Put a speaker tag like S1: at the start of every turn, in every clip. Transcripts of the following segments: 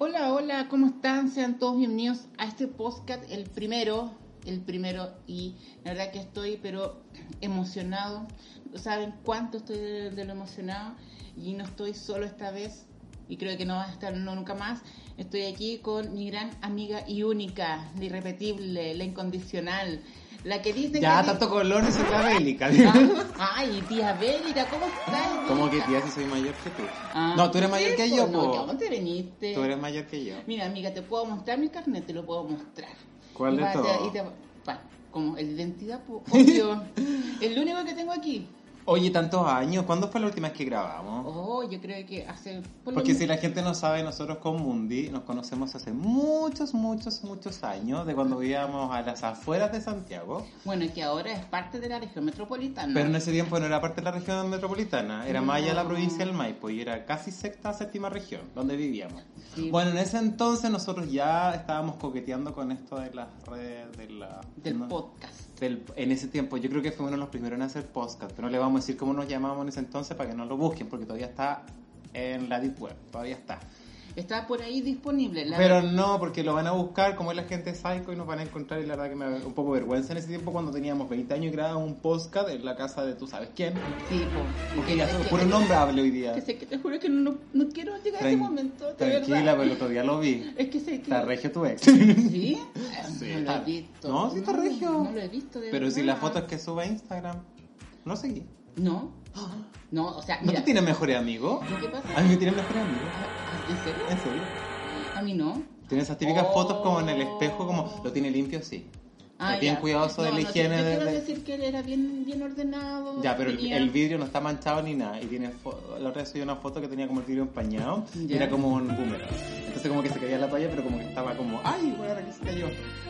S1: Hola, hola, ¿cómo están? Sean todos bienvenidos a este podcast, el primero, el primero y la verdad que estoy pero emocionado. No saben cuánto estoy de, de lo emocionado y no estoy solo esta vez, y creo que no vas a estar no, nunca más. Estoy aquí con mi gran amiga y única, la irrepetible, la incondicional, la que dice
S2: ya,
S1: que...
S2: tanto color es otra bélica.
S1: Ah. Ay, tía Bélica, ¿cómo estás?
S2: ¿Cómo que tía si soy mayor que tú?
S1: Ah,
S2: no, tú eres
S1: ¿qué
S2: mayor
S1: es
S2: que
S1: eso?
S2: yo,
S1: No,
S2: po.
S1: ¿cómo te veniste?
S2: Tú eres mayor que yo.
S1: Mira, amiga, te puedo mostrar mi carnet, te lo puedo mostrar.
S2: ¿Cuál
S1: Y
S2: de
S1: va- te-
S2: todos?
S1: y te- va, como el de identidad, po, obvio. el único que tengo aquí.
S2: Oye, tantos años. ¿Cuándo fue la última vez que grabamos?
S1: Oh, yo creo que hace... por lo
S2: Porque
S1: menos-
S2: si la gente no sabe, nosotros con Mundi nos conocemos hace muchos, muchos, muchos años, de cuando vivíamos a las afueras de Santiago.
S1: Bueno, que ahora es parte de la región metropolitana.
S2: Pero en ese tiempo no era parte de la región metropolitana, era más allá de la
S1: No.
S2: provincia del Maipo y era casi sexta, séptima región donde vivíamos.
S1: Sí.
S2: Bueno, en ese entonces nosotros ya estábamos coqueteando con esto de las redes, de la,
S1: Del
S2: no-
S1: podcast.
S2: del- en ese tiempo. Yo creo que fue uno de los primeros en hacer podcast, pero no le vamos a decir cómo nos llamamos en ese entonces para que no lo busquen, porque todavía está en la Deep Web, todavía está.
S1: Está por ahí disponible. La
S2: Pero no, porque lo van a buscar, como es la gente psycho, y nos van a encontrar, y la verdad que me da un poco vergüenza en ese tiempo cuando teníamos 20 años y grabábamos un podcast en la casa de tú sabes quién.
S1: Sí,
S2: Porque ya por un nombre hable hoy día.
S1: Que sé que te juro que no, no quiero llegar a ese
S2: Tran-
S1: momento, de
S2: Tranquila,
S1: verdad.
S2: pero el otro día lo vi.
S1: Es que sé que...
S2: Está regio tu ex.
S1: ¿Sí? Ah,
S2: Sí.
S1: No lo he visto.
S2: No, sí está regio.
S1: No lo he visto, de
S2: Pero si
S1: verdad.
S2: las fotos que sube a Instagram, no seguí.
S1: No. No, o sea,
S2: ¿No
S1: mira.
S2: te tienes mejores amigos?
S1: ¿Qué pasa?
S2: A mí me tienen mejores amigos.
S1: ¿En serio?
S2: En serio.
S1: A mí no.
S2: Tienes esas típicas
S1: Oh.
S2: fotos como en el espejo, como lo tiene limpio, sí.
S1: Ah,
S2: Está bien
S1: ya.
S2: cuidadoso de
S1: No,
S2: la
S1: no, sí,
S2: higiene.
S1: Yo
S2: de-
S1: quiero
S2: de-
S1: decir que él era bien, bien ordenado.
S2: Ya, pero el,
S1: tenía-
S2: el vidrio no está manchado ni nada. Y tiene fo- la otra vez subí una foto que tenía como el vidrio empañado. y
S1: Ya.
S2: era como un boomerang. Entonces como que se caía la toalla, pero como que estaba como, ay, bueno, aquí se cayó.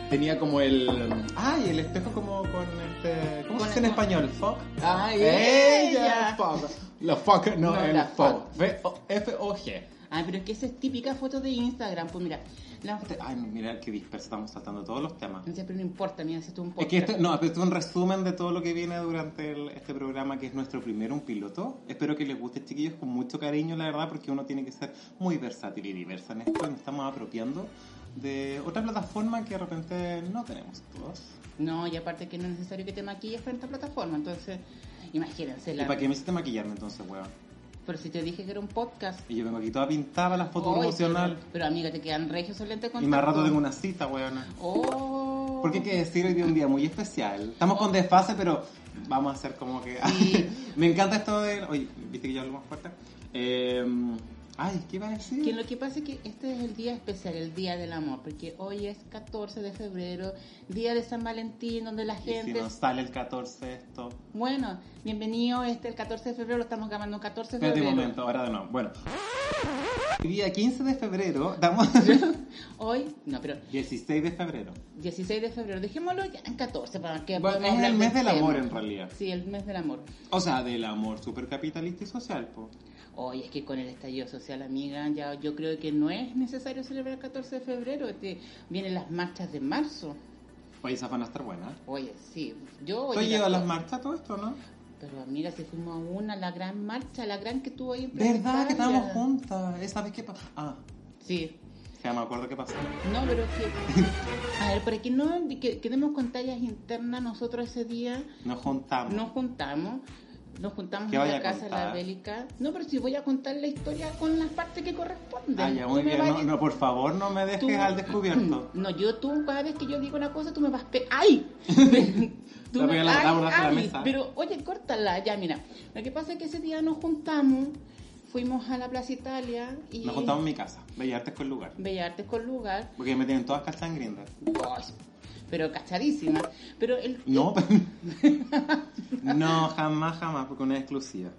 S2: Tenía como el, ay, el espejo como con este,
S1: Con
S2: ¿cómo se dice en
S1: el-
S2: español? Fuck.
S1: Ay,
S2: Ah, ella,
S1: Ah, ella.
S2: fuck. La fuck, no,
S1: No,
S2: el
S1: la
S2: fuck.
S1: fuck.
S2: F- o- F-O-G.
S1: Ah, pero es que esas típicas fotos de Instagram. Pues mira, las...
S2: Ay, mira que dispersa, estamos saltando todos los temas.
S1: No sé, pero no importa, mira, si tú un
S2: Es que
S1: podcast.
S2: este, no, pero esto es un resumen de todo lo que viene durante el- este programa, que es nuestro primero, un piloto. Espero que les guste, chiquillos, con mucho cariño, la verdad, porque uno tiene que ser muy versátil y diversa en esto. y Nos estamos apropiando de otra plataforma que de repente no tenemos todos.
S1: No, y aparte que no es necesario que te maquilles frente a plataforma, entonces imagínense
S2: ¿Y para
S1: la...
S2: qué me hiciste maquillarme entonces, weón?
S1: Pero si te dije que era un podcast.
S2: Y yo vengo aquí toda pintada para la foto
S1: Ay,
S2: promocional.
S1: Pero, pero, amiga, te quedan regios los lentes de
S2: Y más
S1: contacto.
S2: rato tengo una cita, weón.
S1: Oh.
S2: Porque hay que decir hoy día un día muy especial. Estamos con desfase, pero vamos a hacer como que.
S1: Sí.
S2: Me encanta esto de. Oye, viste que yo hablo más fuerte. Eh, Ay, ¿qué iba a decir?
S1: Que lo que pasa es que este es el día especial, el día del amor, porque hoy es 14 de febrero, día de San Valentín, donde la
S2: Y si
S1: gente...
S2: nos sale el 14 esto.
S1: Bueno, bienvenido, este el 14 de febrero, lo estamos grabando el 14 de
S2: Espérate un
S1: febrero.
S2: momento, ahora de nuevo. Bueno. Hoy día 15 de febrero, damos.
S1: Hoy, no, pero
S2: 16 de febrero.
S1: 16 de febrero, dejémoslo ya en 14 para que
S2: Bueno,
S1: podamos
S2: es
S1: hablar
S2: el mes del
S1: tema.
S2: amor en realidad.
S1: Sí, el mes del amor.
S2: O sea, del amor supercapitalista y social, po.
S1: Oye, es que con el estallido social, amiga, ya yo creo que no es necesario celebrar el 14 de febrero. Este, vienen las marchas de marzo.
S2: Oye, esas van a estar buenas.
S1: Oye, sí. Yo
S2: ¿Tú
S1: oye,
S2: llevas
S1: la-
S2: las marchas todo esto, no?
S1: Pero amiga, si fuimos a una, la gran marcha, la gran que tuvo ahí en Plaza
S2: ¿Verdad que
S1: Italia.
S2: estábamos juntas? Esa vez que pasó. Ah,
S1: Sí.
S2: ya me acuerdo que pasó.
S1: No, pero que... A ver, para que no que, quedemos con tallas internas, nosotros ese día
S2: Nos juntamos. Ah,
S1: nos juntamos. Nos juntamos
S2: ¿Qué
S1: en
S2: vaya
S1: la
S2: a
S1: casa de la
S2: contar?
S1: bélica. No, pero si voy a contar la historia con las partes que corresponden.
S2: Ah, ya, muy
S1: No me
S2: bien.
S1: vayas-
S2: No, no, por favor, no me dejes
S1: Tú-
S2: al descubierto.
S1: No, yo tú cada vez que yo digo una cosa, tú me vas pe ¡Ay!
S2: Te voy a la- la borracha de la mesa.
S1: Pero, oye, córtala. Ya, mira. Lo que pasa es que ese día nos juntamos, fuimos a la Plaza Italia y...
S2: Nos juntamos en mi casa. Bellas Artes con lugar.
S1: Bellas Artes con lugar.
S2: Porque me tienen todas cachas en Grindr.
S1: Ay, pero cachadísima. Pero el...
S2: No, no, jamás, jamás, porque una es exclusiva.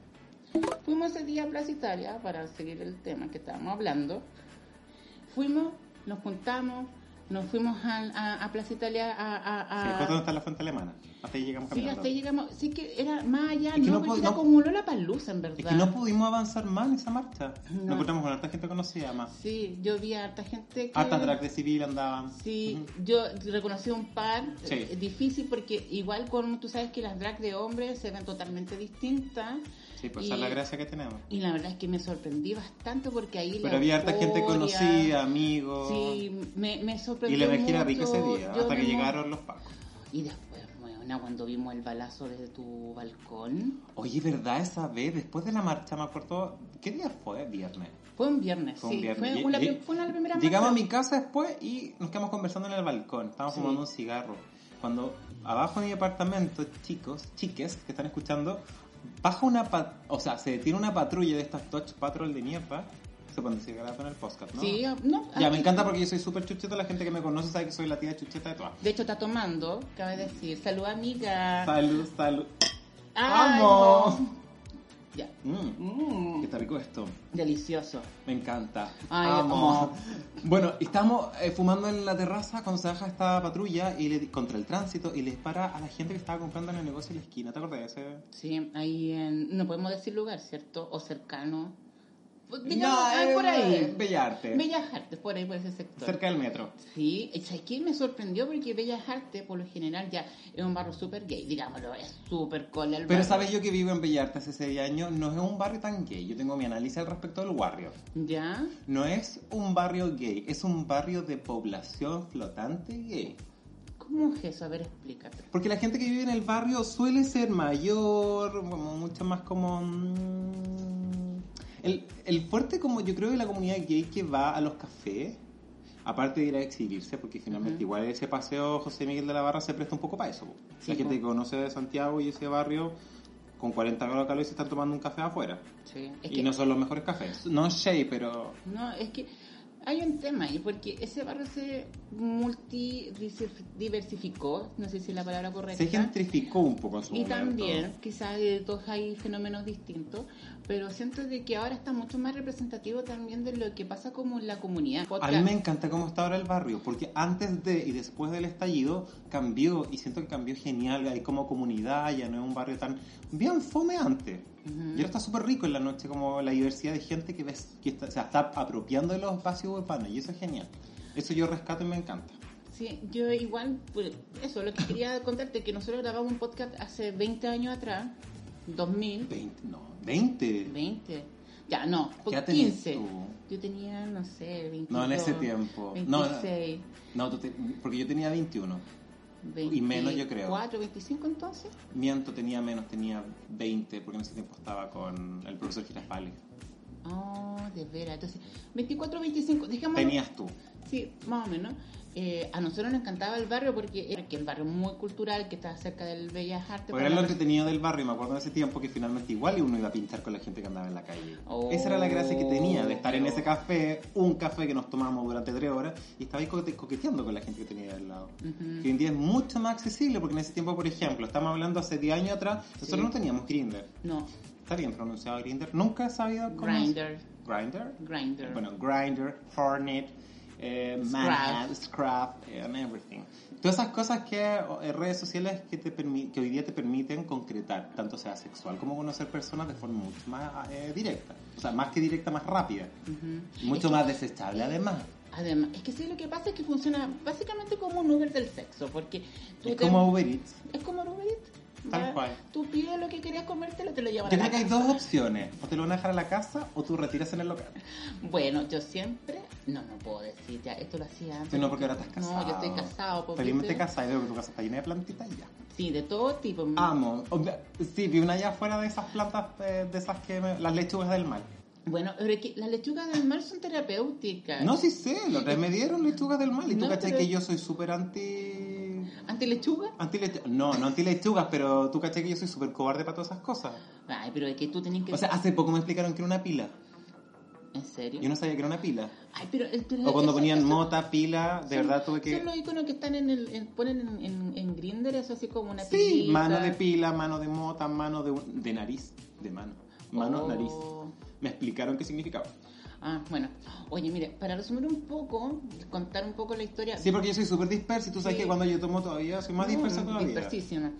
S1: Fuimos ese día a Plaza Italia para seguir el tema que estábamos hablando. Fuimos, nos juntamos, nos fuimos al- a, a Plaza Italia a... a- a-
S2: Sí, justo donde está la fuente alemana. Hasta ahí llegamos
S1: Ah. Sí,
S2: caminando.
S1: hasta ahí llegamos. Sí, que era más allá,
S2: Es que
S1: no,
S2: no
S1: porque
S2: puedo-
S1: se
S2: no-
S1: acumuló la palusa, en verdad.
S2: Es que no pudimos avanzar más en esa marcha.
S1: No.
S2: Nos encontramos con harta gente conocida más.
S1: Sí, yo vi a harta gente que...
S2: Hartas drag de civil andaban.
S1: Sí,
S2: Ujú.
S1: yo reconocí un par
S2: Sí.
S1: eh, difícil porque igual como tú sabes que las drag de hombres se ven totalmente distintas
S2: Sí, pues
S1: Y-
S2: esa es la gracia que tenemos.
S1: y la verdad es que me sorprendí bastante porque ahí
S2: Pero
S1: la
S2: había harta gente
S1: euforia-
S2: conocida, amigos.
S1: Sí, me, me
S2: y
S1: sorprendió
S2: la energía era
S1: mucho.
S2: rica ese día,
S1: Yo
S2: hasta que
S1: me mo-
S2: llegaron los pacos.
S1: Y después, bueno, cuando vimos el balazo desde tu balcón,
S2: Oye, ¿verdad? Esa vez, después de la marcha, me acuerdo. ¿Qué día fue? Viernes.
S1: fue un viernes,
S2: Fue
S1: sí,
S2: un viernes.
S1: fue,
S2: Lle-
S1: una,
S2: lle-
S1: fue una de las primeras
S2: Llegamos a
S1: marchas.
S2: mi casa después y nos quedamos conversando en el balcón. Estábamos
S1: Sí.
S2: fumando un cigarro. Cuando abajo de mi apartamento, chicos, chiques que están escuchando, baja una pat- o sea, se detiene una patrulla de estas touch patrol de mierda. Se pone cigarro en el podcast, ¿no?
S1: Sí, no, ah,
S2: Ya, me
S1: aquí-
S2: encanta porque yo soy súper chucheta, la gente que me conoce sabe que soy la tía chucheta de todas.
S1: De hecho está tomando, cabe decir, salud amiga.
S2: Salud, salud.
S1: Ay,
S2: ¡Vamos!
S1: no. Ya.
S2: Mm,
S1: Mm.
S2: qué está rico esto.
S1: Delicioso.
S2: Me encanta.
S1: Ay,
S2: Amo.
S1: amo.
S2: Bueno, estamos eh, fumando en la terraza cuando se baja esta patrulla y le- contra el tránsito y le dispara a la gente que estaba comprando en el negocio de la esquina. ¿Te acordás de ese?
S1: Sí, ahí en... No podemos decir lugar, ¿cierto? O cercano. Pues, Digamos,
S2: No,
S1: ah,
S2: eh,
S1: por
S2: eh,
S1: ahí.
S2: Bellarte.
S1: Bellas Artes, por ahí, por ese sector.
S2: Cerca del metro.
S1: Sí, es que me sorprendió porque Bellas Artes, por lo general, ya es un barrio súper gay, digámoslo, es súper cola el
S2: Pero
S1: barrio.
S2: sabes yo que vivo en Bellarte hace 6 años, no es un barrio tan gay. Yo tengo mi análisis al respecto del barrio.
S1: ¿Ya?
S2: No es un barrio gay, es un barrio de población flotante gay.
S1: ¿Cómo es eso? A ver, explícate.
S2: Porque la gente que vive en el barrio suele ser mayor, como mucho más como... mm, El, el fuerte como yo creo que la comunidad gay que va a los cafés, aparte de ir a exhibirse, porque finalmente
S1: Ujú.
S2: igual ese paseo José Miguel de la Barra se presta un poco para eso. po.
S1: Sí,
S2: La gente
S1: po.
S2: que conoce de Santiago y ese barrio, con 40 grados de calor, se están tomando un café afuera.
S1: Sí, es
S2: y
S1: que...
S2: no son los mejores cafés. No shade, pero...
S1: No, es que hay un tema ahí, porque ese barrio se multidiversificó, no sé si es la palabra correcta.
S2: Se gentrificó un poco en su
S1: Y
S2: momento.
S1: también, quizás de todos hay fenómenos distintos, pero siento de que ahora está mucho más representativo también de lo que pasa como en la comunidad.
S2: A mí me encanta cómo está ahora el barrio, porque antes de y después del estallido cambió y siento que cambió genial. Hay como comunidad, ya no es un barrio tan bien fomeante.
S1: Mm.
S2: Y ahora está súper rico en la noche, como la diversidad de gente que ves, que está, o sea, está apropiando de los espacios urbanos, y eso es genial. Eso yo rescato y me encanta.
S1: Sí, yo igual, pues, eso, lo que quería contarte, que nosotros grabamos un podcast hace 20 años atrás, 2000,
S2: 20, no, 20.
S1: 20, ya no, po-
S2: ¿Qué edad tenías
S1: 15.
S2: tú?
S1: Yo tenía, no sé, 22,
S2: No, en ese tiempo. No, no.
S1: 26,
S2: No, tú te- porque yo tenía 21. Y
S1: 24,
S2: menos, yo creo.
S1: 25 entonces.
S2: Miento, tenía menos, tenía 20, porque en ese tiempo estaba con el profesor Girafales.
S1: Oh, de veras, entonces, 24, 25, dejamos...
S2: Tenías tú.
S1: Sí, más o menos. Eh, a nosotros nos encantaba el barrio porque era que el barrio muy cultural, que estaba cerca del Bellas Artes.
S2: Porque era lo entretenido del barrio, me acuerdo de ese tiempo que finalmente igual uno iba a pintar con la gente que andaba en la calle.
S1: Oh.
S2: Esa era la gracia que tenía, de estar en ese café, un café que nos tomamos durante tres horas, y estaba ahí coquete- coqueteando con la gente que tenía al lado.
S1: Ujú.
S2: Que hoy en día es mucho más accesible, porque en ese tiempo, por ejemplo, estamos hablando hace 10 años atrás, nosotros
S1: Sí.
S2: no teníamos Grinder.
S1: No,
S2: Está bien pronunciado Grinder, nunca he sabido cómo es.
S1: Grinder.
S2: Grinder.
S1: Grinder.
S2: Bueno, Grinder, Hornet, eh, Manhattan, Scrap, eh, and everything. Todas esas cosas que eh, redes sociales que, te permi- que hoy día te permiten concretar, tanto sea sexual como conocer personas de forma mucho más eh, directa. O sea, más que directa, más rápida. Mucho más desechable además.
S1: Además, es que sí, lo que pasa es que funciona básicamente como un Uber del sexo, porque tú
S2: Es
S1: te-
S2: como Uber Eats.
S1: Es como un Uber Eats,
S2: Tal
S1: ya.
S2: cual.
S1: Tú pides lo que querías comértelo, te lo llevan
S2: Yo
S1: a la
S2: creo que hay
S1: casa.
S2: dos opciones. O te lo van a dejar a la casa o tú retiras en el local.
S1: Bueno, yo siempre... No, no puedo decir, ya, esto lo hacía antes.
S2: Si no, porque ahora estás casado.
S1: No, yo estoy casado. pues, porque
S2: Felizmente
S1: estoy-
S2: casado y veo que tu casa está llena de plantitas y ya.
S1: Sí, de todo tipo.
S2: Amo. Obvia- Sí, vi una allá afuera de esas plantas, eh, de esas que... me- las lechugas del mar.
S1: Bueno, pero es que las lechugas del mar son terapéuticas.
S2: No, sí sé, los tres me dieron lechugas del mal. Y tú
S1: Eh. No,
S2: cachai
S1: pero-
S2: que yo soy súper anti.
S1: ¿Ante lechuga?
S2: anti lechu- No, no anti lechugas, pero tú cachai que yo soy súper cobarde para todas esas cosas.
S1: Ay, pero es que tú tenés que...
S2: O sea, hace poco me explicaron que era una pila.
S1: ¿En serio?
S2: Yo no sabía que era una pila.
S1: Ay, pero... pero
S2: O cuando
S1: eso-
S2: ponían
S1: eso-
S2: mota, pila, de verdad tuve que.
S1: Son los iconos que están en el... en- ponen en, en, en Grindr, eso así como una
S2: Sí,
S1: pilita.
S2: mano de pila, mano de mota, mano de, de nariz, de mano. manos,
S1: Oh.
S2: nariz. Me explicaron qué significaba.
S1: Ah, bueno. Oye, mire, para resumir un poco, contar un poco la historia.
S2: Sí, porque yo soy súper dispersa y tú sabes
S1: Sí.
S2: que cuando yo tomo todavía soy más
S1: No,
S2: dispersa todavía.
S1: dispersísima.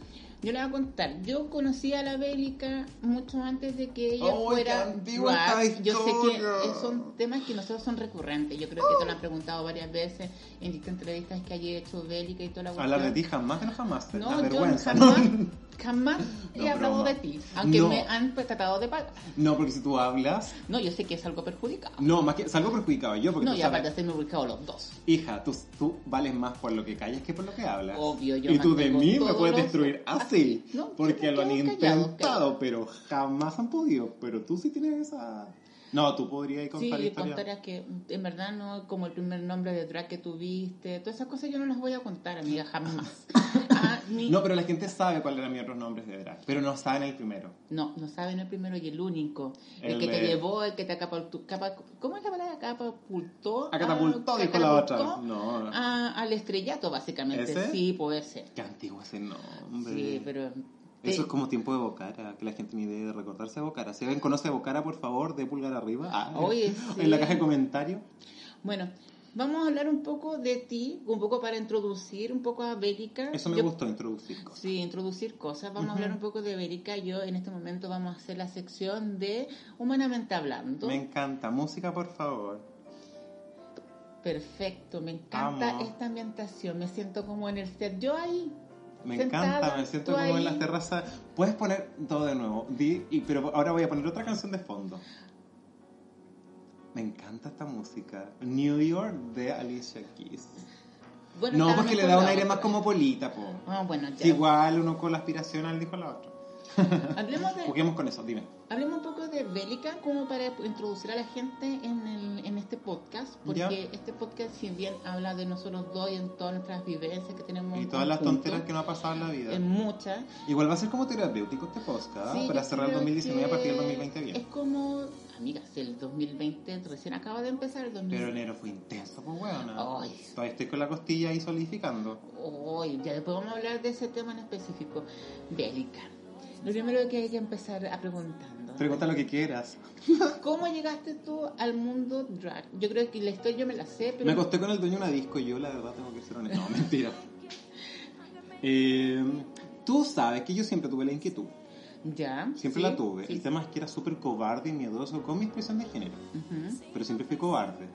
S1: Yo le voy a contar. Yo conocí a la Bélica mucho antes de que ella
S2: ¡Ay,
S1: fuera
S2: qué antigua esta
S1: drag. Yo sé que
S2: historia!
S1: eh, son temas que nosotros son recurrentes. Yo creo que te lo han preguntado varias veces en distintas entrevistas que haya hecho Bélica y toda la
S2: Hablar de
S1: cuestión.
S2: ti jamás que no jamás. te da
S1: No, yo
S2: vergüenza.
S1: jamás,
S2: ¿no?
S1: jamás he
S2: No,
S1: hablado
S2: broma.
S1: de ti. Aunque
S2: No.
S1: me han pues, tratado de pagar.
S2: No, porque si tú hablas.
S1: No, yo sé que es algo perjudicado.
S2: No, más que salgo perjudicado yo porque
S1: No,
S2: tú
S1: y
S2: sabes-
S1: aparte hacerme ubicado los dos.
S2: Hija, tú, tú vales más por lo que callas que por lo que hablas.
S1: Obvio, yo
S2: Y tú de
S1: mantengo
S2: mí me
S1: todos
S2: puedes
S1: los-
S2: destruir así.
S1: así. No, yo
S2: porque
S1: me
S2: lo han
S1: quedo callado,
S2: intentado, pero jamás han podido. Pero tú sí tienes esa. No, tú podrías
S1: Sí,
S2: contar historias.
S1: contar que en verdad no, como el primer nombre de drag que tuviste, todas esas cosas yo no las voy a contar, amiga, jamás. Ah, ni-
S2: No,
S1: no.
S2: pero la gente sabe cuáles eran mis otros nombres de drag, pero no saben el primero.
S1: no, saben el primero y el único. El,
S2: El
S1: que te
S2: de-
S1: llevó, el que te acapultó. capa- ¿Cómo es la palabra? Acapultó.
S2: A catapultó,
S1: Ah,
S2: dijo la otra.
S1: catapultó
S2: No.
S1: a- al estrellato, básicamente.
S2: ¿Ese?
S1: Sí, puede ser.
S2: Qué antiguo ese nombre.
S1: Sí, pero.
S2: Eso es como tiempo de Bocara, que la gente ni idea de recordarse a Bocara. Si alguien conoce a Bocara, por favor, de pulgar arriba. Ah,
S1: Oye, sí.
S2: En la caja de comentarios.
S1: Bueno, vamos a hablar un poco de ti, un poco para introducir un poco a Bélica.
S2: Eso me
S1: Yo-
S2: gustó introducir cosas.
S1: Sí, introducir cosas. Vamos a hablar un poco de Bérica. Yo en este momento vamos a hacer la sección de Humanamente Hablando.
S2: Me encanta. Música, por favor.
S1: Perfecto, me encanta
S2: Amo.
S1: esta ambientación. Me siento como en el set. Yo ahí.
S2: Me
S1: sentada,
S2: encanta, me siento
S1: tú
S2: como en
S1: ahí.
S2: las terrazas. Puedes poner todo de nuevo, Di- y- pero ahora voy a poner otra canción de fondo. Me encanta esta música. New York de Alicia Keys.
S1: Bueno,
S2: No,
S1: estábamos
S2: porque le
S1: con
S2: da un
S1: la
S2: aire más
S1: otra.
S2: cosmopolita, po.
S1: Ah, bueno, ya.
S2: Igual uno con la aspiración al dijo la otra.
S1: Hablemos, de,
S2: Juguemos con eso, dime.
S1: hablemos un poco de Bélica como para introducir a la gente en, el- en este podcast. Porque
S2: Ya.
S1: este podcast, si bien habla de nosotros dos y en todas nuestras vivencias que tenemos.
S2: Y
S1: en
S2: todas las
S1: conjunto,
S2: tonteras que no ha pasado en la vida.
S1: En muchas.
S2: Igual va a ser como terapéutico este podcast
S1: Sí,
S2: para
S1: yo
S2: cerrar el
S1: creo
S2: 2019 a partir del
S1: que
S2: 2020 bien.
S1: Es como, amigas, el 2020 recién acaba de empezar el
S2: Pero
S1: 2020.
S2: enero fue intenso, pues bueno.
S1: Ay.
S2: Todavía estoy con la costilla ahí solidificando.
S1: Hoy, ya después vamos a hablar de ese tema en específico. Bélica. Lo primero que hay que empezar a preguntando.
S2: Pregunta lo que quieras.
S1: ¿Cómo llegaste tú al mundo drag? Yo creo que la historia yo me la sé, pero
S2: Me acosté con el dueño de una disco yo, la verdad, tengo que ser honesto. No, mentira. Eh, tú sabes que yo siempre tuve la inquietud.
S1: ya.
S2: Siempre
S1: sí,
S2: la tuve.
S1: sí.
S2: El tema es que era súper cobarde y miedoso con mi expresión de género.
S1: Ujú.
S2: Pero siempre fui cobarde.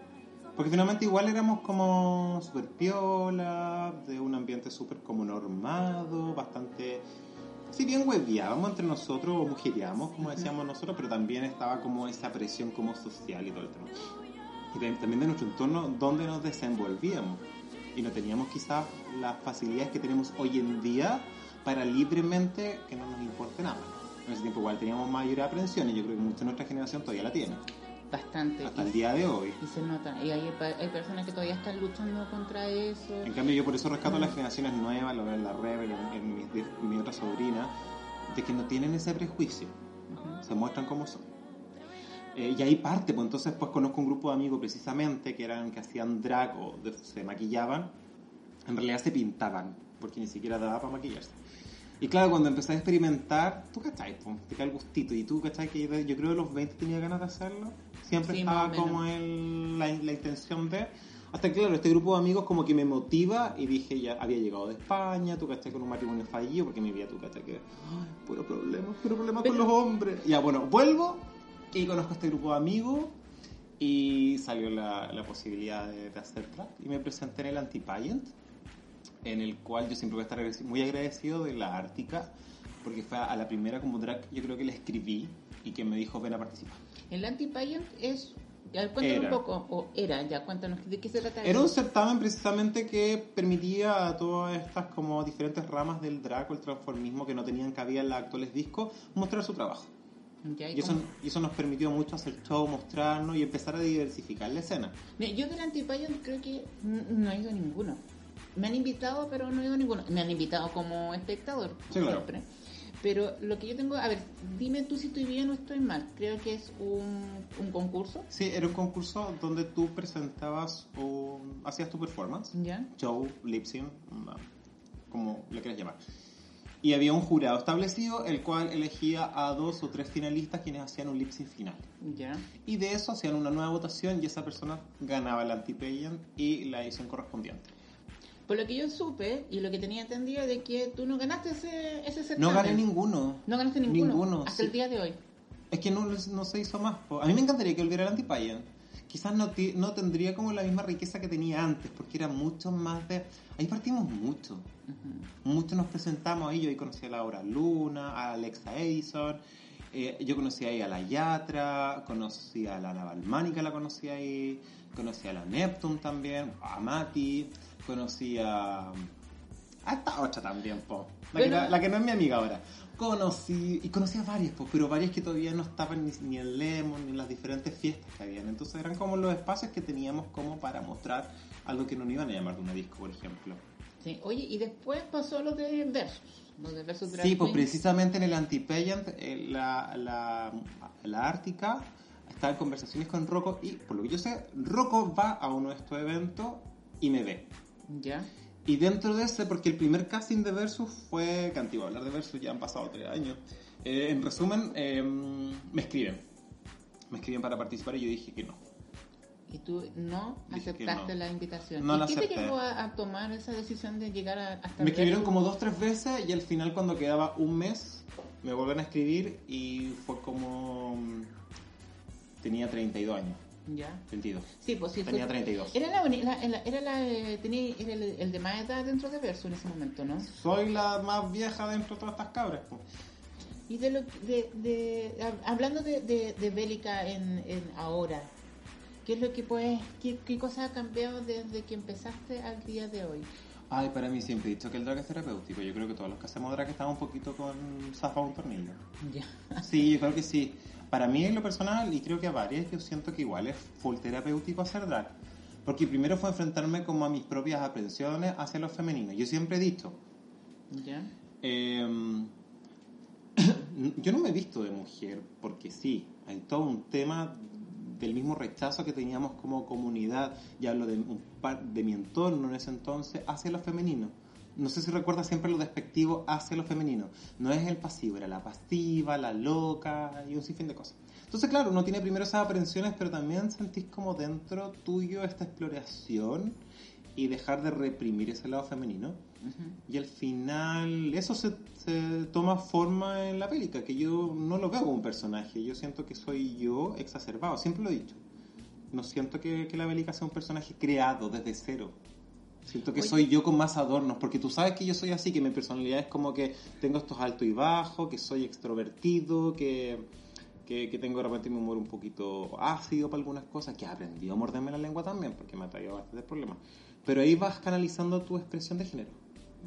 S2: Porque finalmente igual éramos como súper piola, de un ambiente súper como normado, bastante... Si bien hueveábamos entre nosotros o mujeríamos, como decíamos nosotros, pero también estaba como esa presión como social y todo el tema. Y de- también de nuestro entorno donde nos desenvolvíamos. Y no teníamos quizás las facilidades que tenemos hoy en día para libremente que no nos importe nada. En ese tiempo igual teníamos mayor aprensión y yo creo que mucha de nuestra generación todavía la tiene
S1: Bastante.
S2: hasta el
S1: Y,
S2: Este, día de hoy.
S1: y se nota. Y hay, hay personas que todavía están luchando contra eso.
S2: En cambio, yo por eso rescato a las generaciones nuevas, lo veo en la Rebel, en, en mi, de- mi otra sobrina, de que no tienen ese prejuicio,
S1: Ujú.
S2: se muestran como son. Eh, y ahí parte, pues entonces pues conozco un grupo de amigos precisamente que eran que hacían drag o de- se maquillaban, en realidad se pintaban, porque ni siquiera daba para maquillarse. Y claro, cuando empecé a experimentar, tú cachai, pues, te cae el gustito. Y tú cachai que yo, yo creo que a los 20 tenía ganas de hacerlo. Siempre
S1: Sí,
S2: estaba
S1: más o menos.
S2: como el, la, la intención de. Hasta que, claro, este grupo de amigos como que me motiva y dije, ya había llegado de España, tú cachai con un matrimonio fallido, porque mi vida tú cachai que. Ay, puro problema, puro problema
S1: Pero-
S2: con los hombres. Ya bueno, vuelvo y conozco a este grupo de amigos y salió la, la posibilidad de, de hacer track y me presenté en el Antipagent en el cual yo siempre voy a estar agradeci- muy agradecido de la Ártica, porque fue a la primera como drag, yo creo que le escribí y que me dijo, ven a participar.
S1: El anti-pageant es. ya, Cuéntanos un
S2: Era.
S1: poco, o era, ya, cuéntanos, ¿de qué se trata?
S2: Era un certamen precisamente que permitía a todas estas como diferentes ramas del drag o el transformismo que no tenían cabida en los actuales discos mostrar su trabajo.
S1: Ya, ¿y
S2: Y eso,
S1: cómo?
S2: y eso nos permitió mucho hacer show, mostrarnos y empezar a diversificar la escena.
S1: Mira, yo del anti-pageant creo que n- no he ido a ninguno. Me han invitado, pero no he ido a ninguno. Me han invitado como espectador,
S2: Sí, claro.
S1: siempre. Pero lo que yo tengo, a ver, dime tú si estoy bien o estoy mal. Creo que es un, un concurso,
S2: Sí, era un concurso donde tú presentabas o hacías tu performance.
S1: ¿ya?
S2: show, lip sync, mm, como le quieras llamar. Y había un jurado establecido, el cual elegía a dos o tres finalistas quienes hacían un lip sync final.
S1: Ya.
S2: Y de eso hacían una nueva votación y esa persona ganaba el anti-pageant y la edición correspondiente.
S1: Por lo que yo supe y lo que tenía entendido de que tú no ganaste ese, ese
S2: No
S1: certamen.
S2: gané ninguno.
S1: No ganaste ninguno.
S2: Ninguno,
S1: Hasta
S2: sí.
S1: el día de hoy.
S2: Es que no, no se hizo más. po. A mí me encantaría que volviera el anti-pageant. Quizás no, ti- no tendría como la misma riqueza que tenía antes, porque era mucho más de... Ahí partimos mucho. Mucho nos presentamos ahí. Yo ahí conocí a Laura Luna, a Alexa Edison. eh, yo conocí ahí a la Yatra, conocí a la Ana Balmán, que la conocí ahí. Conocí a la Neptune también, a Mati. Conocí a... A esta otra también, po. La, que
S1: Pero-
S2: no- la que no es mi amiga ahora. Conocí, y conocí a varias, po, pero varias que todavía no estaban ni, ni en Lemon, ni en las diferentes fiestas que habían. Entonces eran como los espacios que teníamos como para mostrar algo que no nos iban a llamar de una disco, por ejemplo.
S1: Sí. Oye, y después pasó lo de Versus. Lo de Versus Drag
S2: Sí, pues
S1: Queen.
S2: precisamente en el anti-pageant, eh, la, la, la Ártica está en conversaciones con Rocco y, por lo que yo sé, Rocco va a uno de estos eventos y me ve.
S1: Ya.
S2: Y dentro de ese, porque el primer casting de Versus fue cantidad hablar de Versus ya han pasado tres años. Eh, en resumen, eh, me escriben. Me escriben para participar y yo dije que no.
S1: Y tú no
S2: Dije que
S1: aceptaste
S2: no.
S1: la invitación.
S2: No
S1: ¿Y
S2: la
S1: qué te
S2: acepté.
S1: llevó a, a tomar esa decisión de llegar a, hasta
S2: Me escribieron
S1: Versus?
S2: como dos, tres veces y al final cuando quedaba un mes me vuelven a escribir y fue como... mm, Tenía 32 años.
S1: Ya.
S2: 32.
S1: Sí, pues sí.
S2: Tenía
S1: fue-
S2: 32.
S1: Era la, uni- la- la- era la eh, tenía, era el, el de más edad dentro de Versus en ese momento, ¿no?
S2: Soy la más vieja dentro de todas estas cabras. po.
S1: Y de lo de, de- hab- hablando de, de, de Bélica en, en ahora, ¿qué es lo que puedes, qué, qué cosa ha cambiado desde que empezaste al día de hoy?
S2: Ay, para mí siempre he dicho que el drag es terapéutico. Yo creo que todos los que hacemos drag estamos un poquito con zafado un tornillo.
S1: Ya.
S2: Sí, yo creo que sí. Para mí en lo personal, y creo que a varias, yo siento que igual es full terapéutico hacer drag. Porque primero fue enfrentarme como a mis propias aprensiones hacia lo femenino. Yo siempre he dicho,
S1: Ya.
S2: eh, yo no me he visto de mujer porque sí, hay todo un tema del mismo rechazo que teníamos como comunidad, y hablo de, un par, de mi entorno en ese entonces, hacia lo femenino. No sé si recuerdas siempre lo despectivo hacia lo femenino. No es el pasivo, era la pasiva, la loca y un sinfín de cosas. Entonces, claro, uno tiene primero esas aprensiones, pero también sentís como dentro tuyo esta exploración y dejar de reprimir ese lado femenino. Y al final eso se, se toma forma en la película, que yo no lo veo como un personaje, yo siento que soy yo exacerbado, siempre lo he dicho. No siento que, que la bélica sea un personaje creado desde cero. Siento que
S1: Oye.
S2: soy yo con más adornos, porque tú sabes que yo soy así, que mi personalidad es como que tengo estos altos y bajos, que soy extrovertido, que, que, que tengo de repente mi humor un poquito ácido para algunas cosas, que he aprendido a morderme la lengua también, porque me ha traído bastantes problemas. Pero ahí vas canalizando tu expresión de género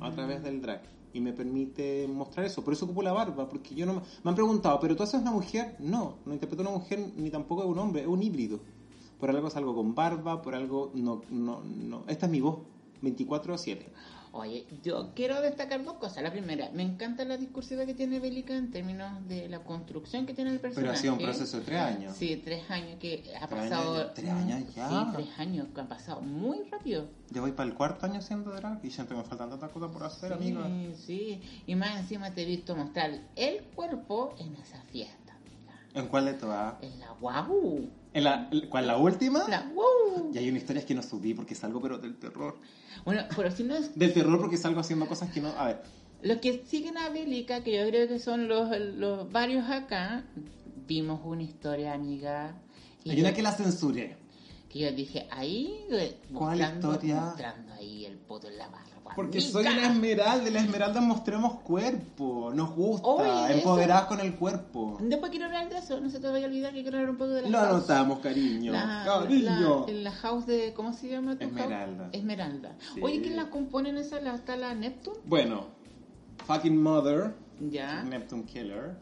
S2: a través del drag y me permite mostrar eso. Por eso ocupo la barba, porque yo no me, me han preguntado, ¿pero tú haces una mujer? No, no interpreto a una mujer ni tampoco a un hombre, es un híbrido. Por algo salgo con barba, por algo no, no, no. Esta es mi voz, 24 a 7.
S1: Oye, yo quiero destacar dos cosas. La primera, me encanta la discursiva que tiene Bélica en términos de la construcción que tiene el personaje.
S2: Pero ha sido un proceso de tres años.
S1: Sí, tres años que ha
S2: Tres
S1: pasado.
S2: años- tres años ya.
S1: Sí, tres años que han pasado muy rápido.
S2: Ya voy para el cuarto año haciendo drag y siempre me faltan tantas cosas por hacer,
S1: sí,
S2: amiga.
S1: sí. Y más encima te he visto mostrar el cuerpo en esa fiesta. mira.
S2: ¿En cuál de todas?
S1: En la guau.
S2: ¿En la, ¿Cuál la última?
S1: La guau.
S2: Y hay una historia que no subí porque salgo, pero del terror.
S1: Bueno, pero si no es
S2: Del terror porque salgo haciendo cosas que no. A ver,
S1: Los que siguen a Bélica, que yo creo que son los, los varios acá, vimos una historia, amiga. y
S2: hay
S1: yo-
S2: una que la censuré.
S1: que yo dije, ahí, eh,
S2: ¿Cuál
S1: mostrando-
S2: historia?
S1: Mostrando ahí el poto en la barra. pues,
S2: Porque
S1: amiga.
S2: soy una esmeralda, y las esmeraldas mostremos cuerpo, nos gusta,
S1: Oye,
S2: empoderadas con el cuerpo.
S1: Después quiero hablar de eso, no se te vaya a olvidar que quiero hablar un poco de la
S2: Lo
S1: house.
S2: anotamos, cariño.
S1: La,
S2: cariño.
S1: la- en la house de, ¿cómo se llama tu house?
S2: Esmeralda.
S1: Esmeralda.
S2: Sí.
S1: Oye, ¿quién la componen esa? ¿La, ¿Está la Neptune?
S2: Bueno, fucking mother,
S1: Ya.
S2: Neptune Killer.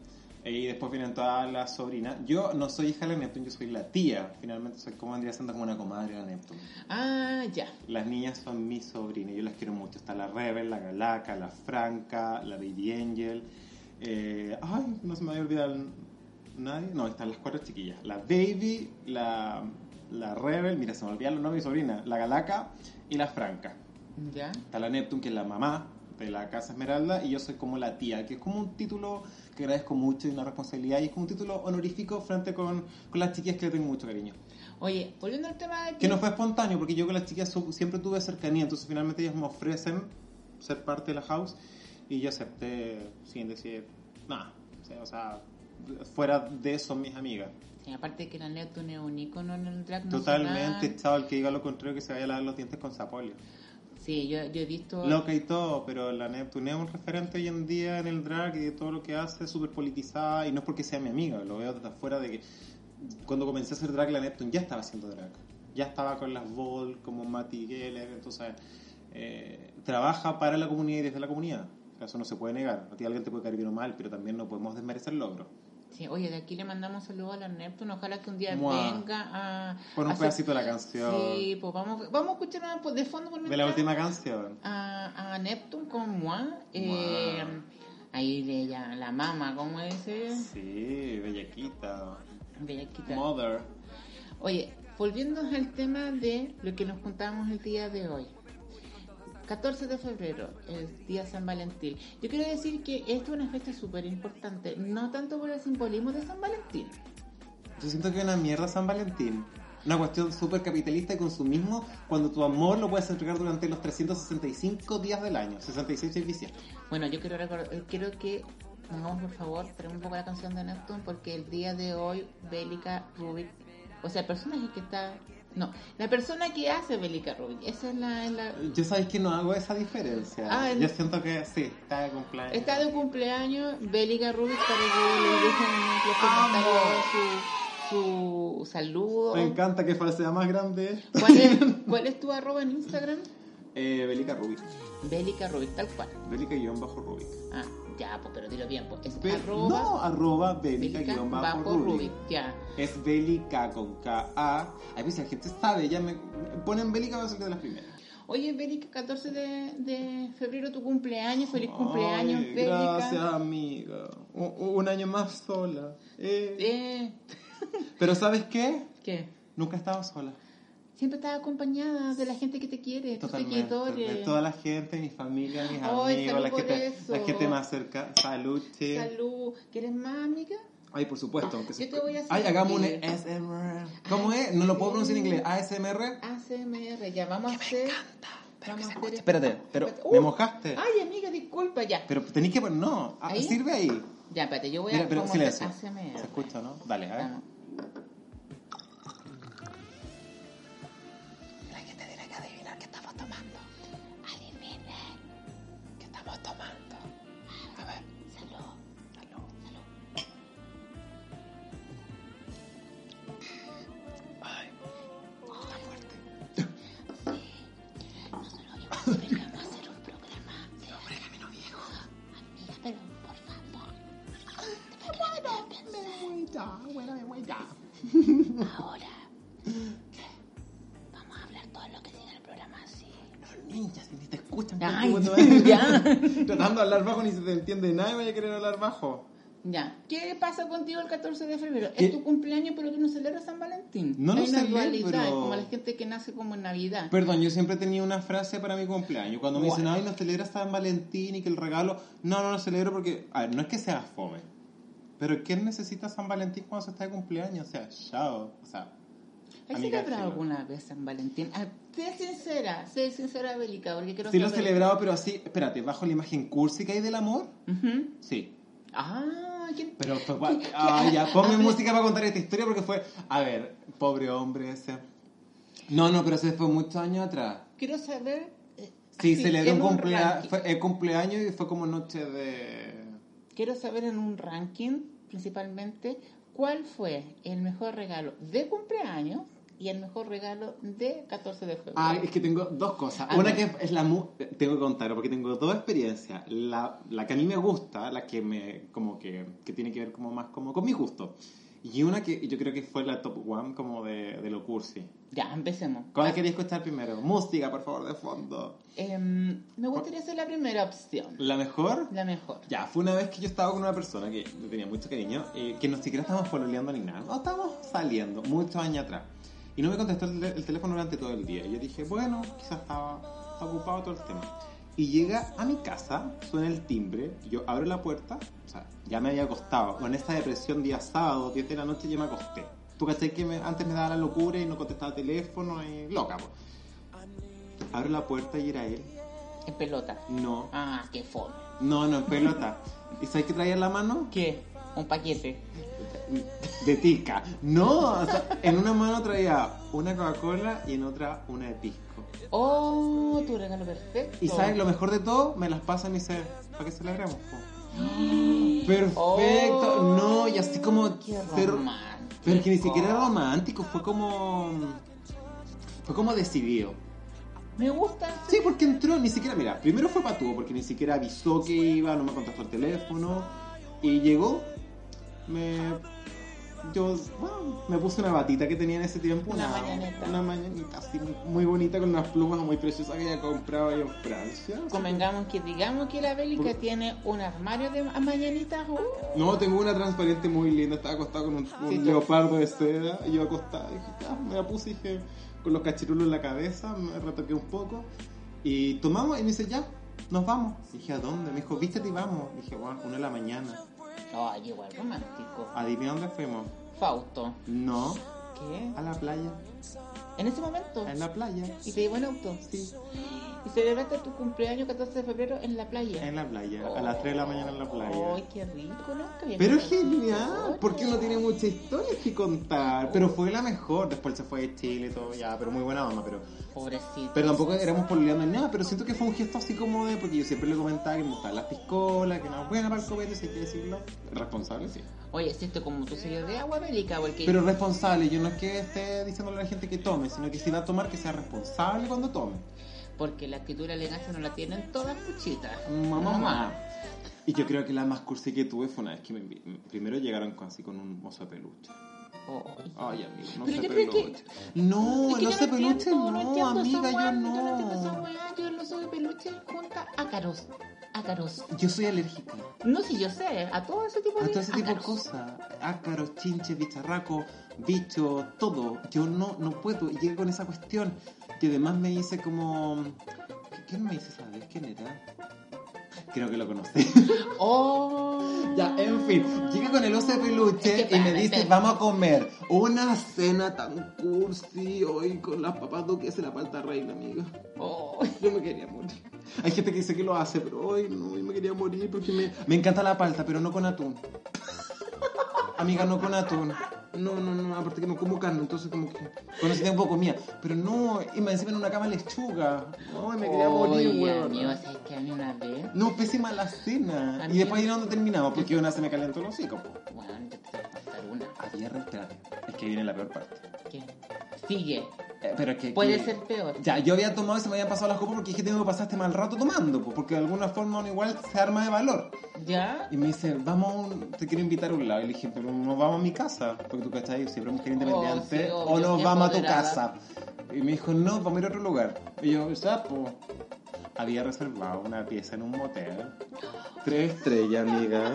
S2: Eh, Y después vienen todas las sobrinas. Yo no soy hija de la Neptune, yo soy la tía. Finalmente soy como vendría siendo como una comadre de la Neptune.
S1: Ah, ya.
S2: Las niñas son mis sobrinas, yo las quiero mucho. Está la Rebel, la Galaca, la Franca, la Baby Angel. eh, ay, no se me vaya a olvidar nadie. No, están las cuatro chiquillas. La Baby, la, la Rebel, mira, se me olvidaron los nombres de mi sobrina. La Galaca y la Franca.
S1: Ya.
S2: Está la Neptune, que es la mamá de de la Casa Esmeralda y yo soy como la tía, que es como un título que agradezco mucho y una responsabilidad y es como un título honorífico frente con, con las chiquillas que le tengo mucho cariño.
S1: Oye, volviendo al tema de
S2: Que no fue espontáneo, porque yo con las chicas su- siempre tuve cercanía, entonces finalmente ellas me ofrecen ser parte de la house y yo acepté sin decir nada. O sea, o sea, fuera de eso mis amigas.
S1: Y aparte que la Neptune es un icono en el drag
S2: Totalmente,
S1: nacional.
S2: chao, el que diga lo contrario que se vaya a lavar los dientes con sapolio.
S1: Sí, yo, yo he visto...
S2: Loca y todo, pero la Neptune es un referente hoy en día en el drag y de todo lo que hace, súper politizada, y no es porque sea mi amiga, lo veo desde afuera de que cuando comencé a hacer drag la Neptune ya estaba haciendo drag, ya estaba con las Vol, como Mati Geller, entonces eh, trabaja para la comunidad y desde la comunidad, eso no se puede negar, a ti alguien te puede caer bien o mal, pero también no podemos desmerecer logros.
S1: Sí, oye, de aquí le mandamos un saludo a la Neptune. Ojalá que un día
S2: Mua.
S1: venga a...
S2: Con un
S1: a hacer-
S2: pedacito de la canción,
S1: Sí, pues vamos, vamos a escuchar pues, de fondo por
S2: de la
S1: mientras
S2: última canción.
S1: a, a Neptune con Mua. Eh,
S2: Mua.
S1: Ahí de ella, la mama, ¿cómo es? eh?
S2: Sí, bellaquita,
S1: Bellaquita.
S2: mother.
S1: Oye, volviendo al tema de lo que nos contamos el día de hoy. 14 de febrero, el día San Valentín. Yo quiero decir que esto es una fecha súper importante, no tanto por el simbolismo de San Valentín.
S2: Yo siento que es una mierda San Valentín. Una cuestión súper capitalista y consumismo cuando tu amor lo puedes entregar durante los 365 días del año, 66 y 17.
S1: Bueno, yo quiero recordar, eh, quiero que pongamos por favor, tenemos un poco la canción de Neptune porque el día de hoy Bélica Rubik, o sea, el personaje que está, no, la persona que hace Bélica Rubik, esa es la, es la-
S2: Yo sabéis que no hago esa diferencia.
S1: Ah, el-
S2: Yo siento que sí, está de cumpleaños.
S1: Está de cumpleaños Bélica Rubik para que le dejen los comentarios su, su saludo.
S2: Me encanta que falsedad más grande.
S1: ¿Cuál es, ¿Cuál es tu arroba en Instagram?
S2: Eh, Bélica Rubik.
S1: Bélica Rubik, tal cual.
S2: Bélica guión bajo Rubik.
S1: Ah, ya, pues, pero dilo bien, pues. Es
S2: Be-
S1: arroba
S2: no, arroba Bélica
S1: Bélica
S2: guión
S1: bajo Rubik, ya.
S2: Es Bélica con K-A. A veces la gente sabe, ya me ponen Bélica, va a ser de las primeras.
S1: Oye, Bélica, 14 de, de febrero tu cumpleaños. Feliz cumpleaños,
S2: Ay,
S1: Bélica.
S2: Gracias, amiga. U- u- un año más sola. Eh.
S1: Eh,
S2: Pero ¿sabes qué?
S1: ¿Qué?
S2: Nunca estaba sola.
S1: Siempre estás acompañada de la gente que te quiere, tus
S2: De
S1: seguidores.
S2: toda la gente, mi familia, mis
S1: Ay,
S2: amigos,
S1: salud
S2: la
S1: por
S2: gente,
S1: eso.
S2: la gente más cerca. Salud, che.
S1: Salud. ¿Quieres más, amiga?
S2: Ay, por supuesto. aunque
S1: Yo te voy a hacer
S2: Ay, hagamos un
S1: sentir.
S2: ASMR. ¿Cómo es? No lo puedo pronunciar en inglés. ASMR.
S1: ACMR, ya vamos a hacer. vamos a hacer-
S2: Espérate, pero
S1: Espérate.
S2: me
S1: Uh,
S2: mojaste.
S1: Ay, amiga, disculpa, ya.
S2: Pero tenéis que poner. No, ah,
S1: ¿Ahí?
S2: sirve ahí.
S1: Ya, espérate, yo voy
S2: Mira,
S1: a
S2: pero
S1: vamos a
S2: silencio.
S1: hacer
S2: Se
S1: ACMR.
S2: escucha, ¿eh? ¿no? Dale, a ver.
S1: Vamos.
S3: La gente tiene que adivinar qué estamos tomando. Adivinen qué estamos tomando. A ver, salud. Salud. Salud. Ay, está fuerte. Sí. Nosotros deberíamos hacer un programa de hombre camino viejo. Amiga, pero por favor. Ahora. Vamos a hablar todo lo que diga el programa así.
S2: Los ninjas ni te escuchan.
S1: Ay,
S2: pelotudo.
S1: ya.
S2: Tratando de hablar bajo ni se te entiende nada y vaya a querer hablar bajo.
S1: Ya. ¿Qué pasa contigo el 14 de febrero?
S2: ¿Qué?
S1: Es tu cumpleaños, pero tú no celebras San Valentín.
S2: No lo
S1: Hay una
S2: celebro.
S1: dualidad, es como la gente que nace como en Navidad.
S2: Perdón, yo siempre tenía una frase para mi cumpleaños. Cuando me dicen, ay, no celebras San Valentín y que el regalo. No, no lo celebro porque. A ver, no es que sea fome. Pero ¿quién necesita San Valentín cuando se está de cumpleaños? O sea, chao. O sea,
S1: ¿Has
S2: amiga,
S1: celebrado
S2: sí,
S1: alguna vez San Valentín? Ah, sé sincera, sé sincera, Bélica, porque creo
S2: sí
S1: que...
S2: lo he celebrado, pero así. Espérate, bajo la imagen cursi que hay del amor.
S1: Ujú.
S2: Sí.
S1: Ah, ¿quién-
S2: Pero fue. pa- Ah, ya, ponme música para contar esta historia porque fue. A ver, pobre hombre ese. No, no, pero ese fue muchos años atrás.
S1: quiero saber... eh,
S2: Sí,
S1: así,
S2: celebré
S1: en
S2: un cumplea-
S1: ranking.
S2: fue el cumpleaños y fue como noche de...
S1: Quiero saber en un ranking, principalmente, cuál fue el mejor regalo de cumpleaños y el mejor regalo de 14 de febrero.
S2: Ah, es que tengo dos cosas.
S1: A
S2: Una que
S1: ver.
S2: es la... mu- Tengo que contar porque tengo dos experiencias. La, la que a mí me gusta, la que me... como que, que tiene que ver como más como con mi gusto. Y una que yo creo que fue la top one como de, de lo cursi.
S1: Ya, empecemos.
S2: ¿Cuál quería escuchar primero? Música, por favor, de fondo.
S1: Em, me gustaría ser la primera opción,
S2: ¿La mejor?
S1: la mejor.
S2: Ya, fue una vez que yo estaba con una persona que le tenía mucho cariño, eh, que no siquiera estábamos pololeando ni nada, no estábamos saliendo, muchos años atrás. Y no me contestó el, el teléfono durante todo el día. Y yo dije, bueno, quizás estaba, estaba ocupado todo el tema. Y llega a mi casa, suena el timbre, yo abro la puerta, o sea, ya me había acostado. Con esa depresión día sábado, 10 de la noche, ya me acosté. Tú caché que me- antes me daba la locura y no contestaba teléfono y loca, po. Abro la puerta y era él.
S1: En pelota.
S2: No,
S1: Ah, qué fome.
S2: no, no, en pelota. ¿Y sabes qué traía en la mano?
S1: ¿Qué? Un paquete.
S2: De tica. No, o sea, en una mano traía una Coca-Cola y en otra una de pisco.
S1: Oh, tu regalo perfecto.
S2: Y sabes, lo mejor de todo, me las pasan y dice, ¿para qué celebramos? po?"
S1: Oh,
S2: Perfecto. no, y así como
S1: Qué
S2: ser-
S1: romántico.
S2: Pero que ni siquiera era romántico, fue como. Fue como decidido.
S1: Me gusta.
S2: Sí, porque entró, ni siquiera, mira, primero fue patúo, porque ni siquiera avisó que iba, no me contestó el teléfono. Y llegó, me. Yo bueno, me puse una batita que tenía en ese tiempo,
S1: Una mañanita.
S2: Una mañanita así muy bonita con unas plumas muy preciosas que ella compraba ahí en Francia. Así
S1: Convengamos que digamos que la bélica tiene un armario de ma- mañanitas. uh,
S2: No, tengo una transparente muy linda. Estaba acostado con un, un
S1: Ah, Sí, tú.
S2: leopardo de seda. Y yo acostado. Dije, "Ah", me la puse y dije, con los cachirulos en la cabeza. Me retoqué un poco. Y tomamos. Y me dice, ya, nos vamos. Y dije, ¿a dónde? Me dijo, vístete y vamos. Y dije, bueno, una de la mañana.
S1: Ay, igual romántico.
S2: Adivina dónde fuimos.
S1: Fausto.
S2: No,
S1: ¿Qué?
S2: a la playa.
S1: En ese momento.
S2: En la playa.
S1: Y te llevó en auto.
S2: Sí,
S1: Y celebraste tu cumpleaños 14 de febrero en la playa.
S2: en la playa. A las 3 de la mañana en la playa.
S1: Ay, qué rico, ¿no? Qué bien.
S2: Pero es genial, porque uno tiene muchas historias que contar. Pero fue la mejor. Después se fue de Chile y todo, ya, pero muy buena onda. Pero
S1: Pobrecito.
S2: Pero tampoco éramos pololeando ni nada, pero siento que fue un gesto así como de, porque yo siempre le comentaba que me gustaban las piscolas, que no buena para el copete, si hay que decirlo. Responsable, sí.
S1: Oye, si esto como tu sello de agua bélica, porque.
S2: Pero responsable, yo no es que esté diciéndole a la gente que tome, sino que si va a tomar, que sea responsable cuando tome.
S1: Porque la escritura elegancia no la tienen todas puchitas.
S2: Mamá, mamá. Y yo creo que la más cursi que tuve fue una vez que me envi- primero llegaron con- así con un oso de peluche.
S1: Ay.
S2: Ay, amigo, no
S1: Pero
S2: sé
S1: yo creo que-
S2: peluche. No,
S1: Oh. Es que
S2: no
S1: yo
S2: sé peluche,
S1: entiendo,
S2: no,
S1: entiendo esa
S2: amiga,
S1: weá,
S2: yo no.
S1: Yo no entiendo esa weá, yo no soy de peluche junta ácaros. Ácaros.
S2: Yo soy alérgica.
S1: No, si yo sé, a todo ese tipo
S2: A
S1: de
S2: todo ese tipo de
S1: ácaros.
S2: cosas. Ácaros, chinches, bicharracos, bichos, todo. Yo no, no puedo. Y llegué con esa cuestión. Y además me dice como. ¿Qui- ¿Quién me dice saber quién era? Creo que lo conocí.
S1: Oh.
S2: ya, en fin. Llegué con el oso de peluche
S1: Es que
S2: y me
S1: para,
S2: dice,
S1: espera.
S2: vamos a comer una cena tan cursi hoy con las papas duques y la palta reina, amiga.
S1: Oh.
S2: Yo me quería morir. Hay gente que dice que lo hace, pero hoy no, yo me quería morir porque me, me encanta la palta, pero no con atún. Amiga, no con atún. No, no, no, aparte que no como carne, entonces como que con ese tiempo comía. Pero no, y me encima en una cama lechuga. No, y me quería morir,
S1: Oye,
S2: weón.
S1: amigo, ¿sabes que a mí una vez?
S2: No, pésima la cena.
S1: Amigo.
S2: Y después ahí no terminamos porque una se me calentó el hocico. po.
S1: Bueno, yo te voy a contar una.
S2: Ayer, "Ah, espérate, es que viene la peor parte.
S1: ¿Qué? Sigue.
S2: Eh, pero es que...
S1: Puede
S2: que-
S1: ser peor.
S2: Ya, yo había tomado y se me habían pasado las copas porque es que tengo que pasar este mal rato tomando, pues, porque de alguna forma uno igual se arma de valor.
S1: ¿Ya?
S2: Y me dice, vamos, a un- te quiero invitar a un lado. Y le dije, pero nos vamos a mi casa, porque tú cachai, yo siempre mujer independiente,
S1: Oh, sí,
S2: o
S1: obvio,
S2: nos
S1: qué
S2: vamos a tu
S1: empoderada.
S2: casa. Y me dijo, no, vamos a ir a otro lugar. Y yo, sapo. Había reservado una pieza en un motel. Tres estrellas, amiga.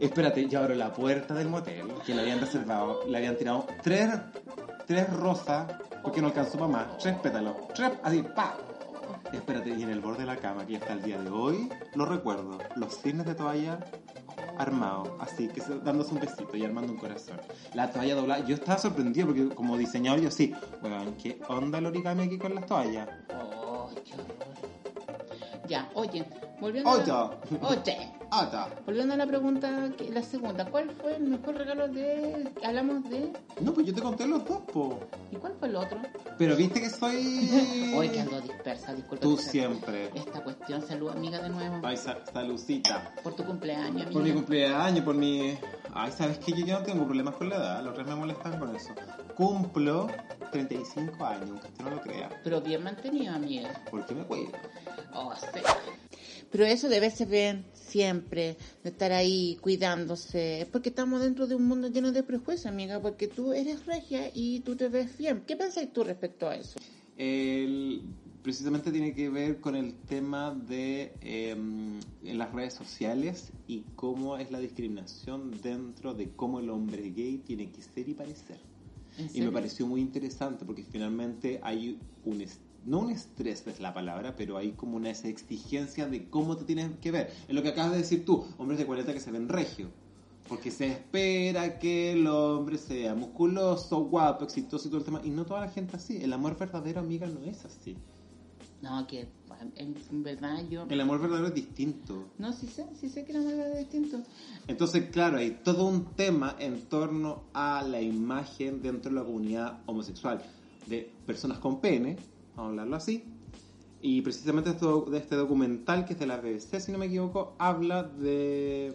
S2: Espérate, yo abro la puerta del motel, que le habían reservado, le habían tirado tres, tres rosas, porque no alcanzó para más, tres pétalos, tres, así, pa. Espérate, y en el borde de la cama, que hasta el día de hoy, lo recuerdo, los cisnes de toalla armados, así, que se- dándose un besito y armando un corazón. La toalla doblada, yo estaba sorprendido porque como diseñador yo sí, weón, ¿qué onda el origami aquí con las toallas?
S1: Oh, qué horror. Ya, oye, volviendo a
S2: ¡Ocho!
S1: la... Oye,
S2: ¡Ocho!
S1: volviendo a la pregunta, que- la segunda, ¿cuál fue el mejor regalo de... hablamos de...
S2: No, pues yo te conté los dos, po.
S1: ¿Y cuál fue el otro?
S2: Pero viste que soy...
S1: Hoy que ando dispersa, disculpa.
S2: Mm. Tú
S1: que sea-
S2: siempre.
S1: Esta cuestión, salud amiga de nuevo,
S2: Ay, sa- salucita.
S1: por tu cumpleaños,
S2: Por mi
S1: amiga.
S2: cumpleaños, por mi... Ay, ¿sabes qué? Yo ya no tengo problemas con la edad. Los tres me molestan con eso. Cumplo 35 años, aunque usted no lo crea.
S1: Pero bien mantenida, amiga.
S2: ¿Por qué me cuido?
S1: Oh, sí. Pero eso de verse bien siempre, de estar ahí cuidándose, es porque estamos dentro de un mundo lleno de prejuicios, amiga, porque tú eres regia y tú te ves bien. ¿Qué pensás tú respecto a eso?
S2: El- precisamente tiene que ver con el tema de em, en las redes sociales y cómo es la discriminación dentro de cómo el hombre gay tiene que ser y parecer.
S1: ¿En
S2: Y me
S1: serio?
S2: pareció muy interesante porque finalmente hay un, es- no un estrés es la palabra, pero hay como una esa exigencia de cómo te tienes que ver. Es lo que acabas de decir tú, hombres de 40 que se ven regio. Porque se espera que el hombre sea musculoso, guapo, exitoso y todo el tema. Y no toda la gente así. El amor verdadero, amiga, no es así.
S1: No, que en en verdad yo...
S2: El amor verdadero es distinto.
S1: No, sí sé, sí sé que la verdad es distinto.
S2: Entonces, claro, hay todo un tema en torno a la imagen dentro de la comunidad homosexual de personas con pene, vamos a hablarlo así. Y precisamente esto, de este documental, que es de la BBC, si no me equivoco, habla de,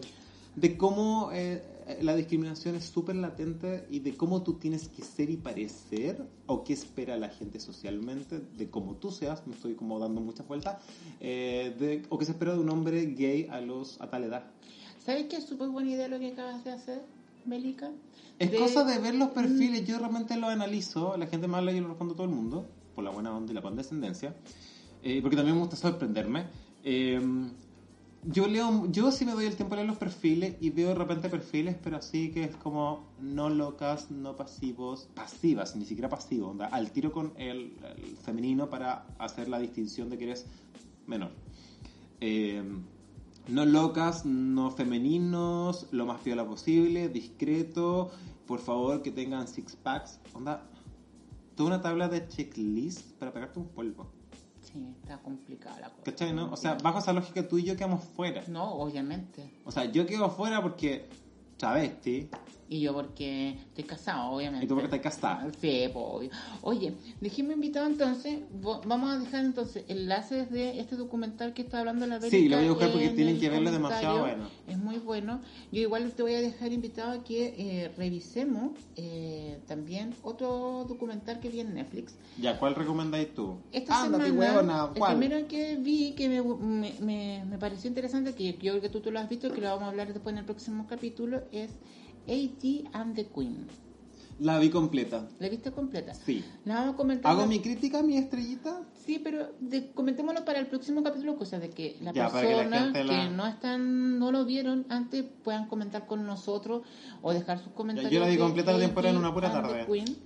S2: de cómo eh, la discriminación es súper latente y de cómo tú tienes que ser y parecer, o qué espera la gente socialmente, de cómo tú seas, me estoy como dando muchas vueltas, eh, de- o qué se espera de un hombre gay a, los, a tal edad.
S1: ¿Sabes qué es súper buena idea lo que acabas de hacer, Melica?
S2: Es cosa de ver
S1: Mm.
S2: los perfiles, yo realmente lo analizo, la gente me habla y yo lo respondo a todo el mundo, por la buena onda y la condescendencia, eh, porque también me gusta sorprenderme. Eh, yo leo, yo sí me doy el tiempo de leer los perfiles y veo de repente perfiles, pero así que es como no locas, no pasivos, pasivas, ni siquiera pasivo, onda, al tiro con el, el femenino para hacer la distinción de que eres menor. Eh, no locas, no femeninos, lo más piola posible, discreto, por favor que tengan six packs, onda, toda una tabla de checklist para pegarte un polvo.
S1: Mm, Sí, está complicada la cosa.
S2: ¿Cachai, no? O sea, bajo esa lógica tú y yo quedamos fuera.
S1: No, obviamente.
S2: O sea, yo quedo fuera porque travesti,
S1: Y yo porque estoy casado, obviamente.
S2: y tú porque estás casada.
S1: Sí, pues, obvio. Oye, dejéme invitado entonces. vo- Vamos a dejar entonces enlaces de este documental que está hablando la América.
S2: Sí, lo voy a buscar porque
S1: en
S2: tienen
S1: el
S2: que verlo, es demasiado
S1: comentario.
S2: bueno.
S1: Es muy bueno. Yo igual te voy a dejar invitado a que eh, revisemos eh, también otro documental que vi en Netflix.
S2: Ya, ¿cuál recomendáis tú?
S1: Esta
S2: Ándate,
S1: semana,
S2: Ah, huevona, ¿cuál?
S1: el primero que vi que me, me, me- me pareció interesante, que yo creo que tú, tú lo has visto, que lo vamos a hablar después en el próximo capítulo, es AT and the Queen.
S2: La vi completa.
S1: ¿La viste completa?
S2: Sí.
S1: La vamos a comentar.
S2: ¿Hago mi crítica, mi estrellita?
S1: Sí, pero de- comentémoslo para el próximo capítulo, cosa de que la
S2: Ya, para que la
S1: persona que,
S2: gente la-
S1: no están, no lo vieron antes puedan comentar con nosotros o dejar sus comentarios.
S2: yo la vi
S1: de
S2: completa la
S1: AT
S2: temporada en una pura
S1: and the
S2: tarde.
S1: Queen,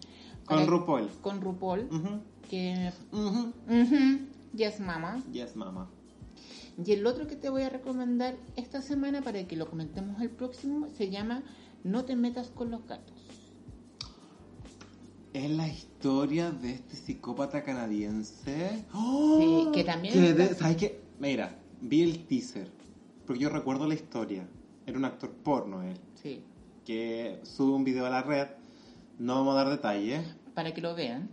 S2: Con
S1: para-
S2: RuPaul. Mm.
S1: Con RuPaul,
S2: Ujú,
S1: que...
S2: ujú.
S1: ujú, yes, mama.
S2: Yes, mama.
S1: Y el otro que te voy a recomendar esta semana para que lo comentemos el próximo se llama No te metas con los gatos.
S2: Es la historia de este psicópata canadiense.
S1: Sí, que también-
S2: Que de- ¿Sabes qué? Mira, vi el teaser. Porque yo recuerdo la historia. Era un actor porno él.
S1: Sí,
S2: Que sube un video a la red. No vamos a dar detalles.
S1: para que lo vean.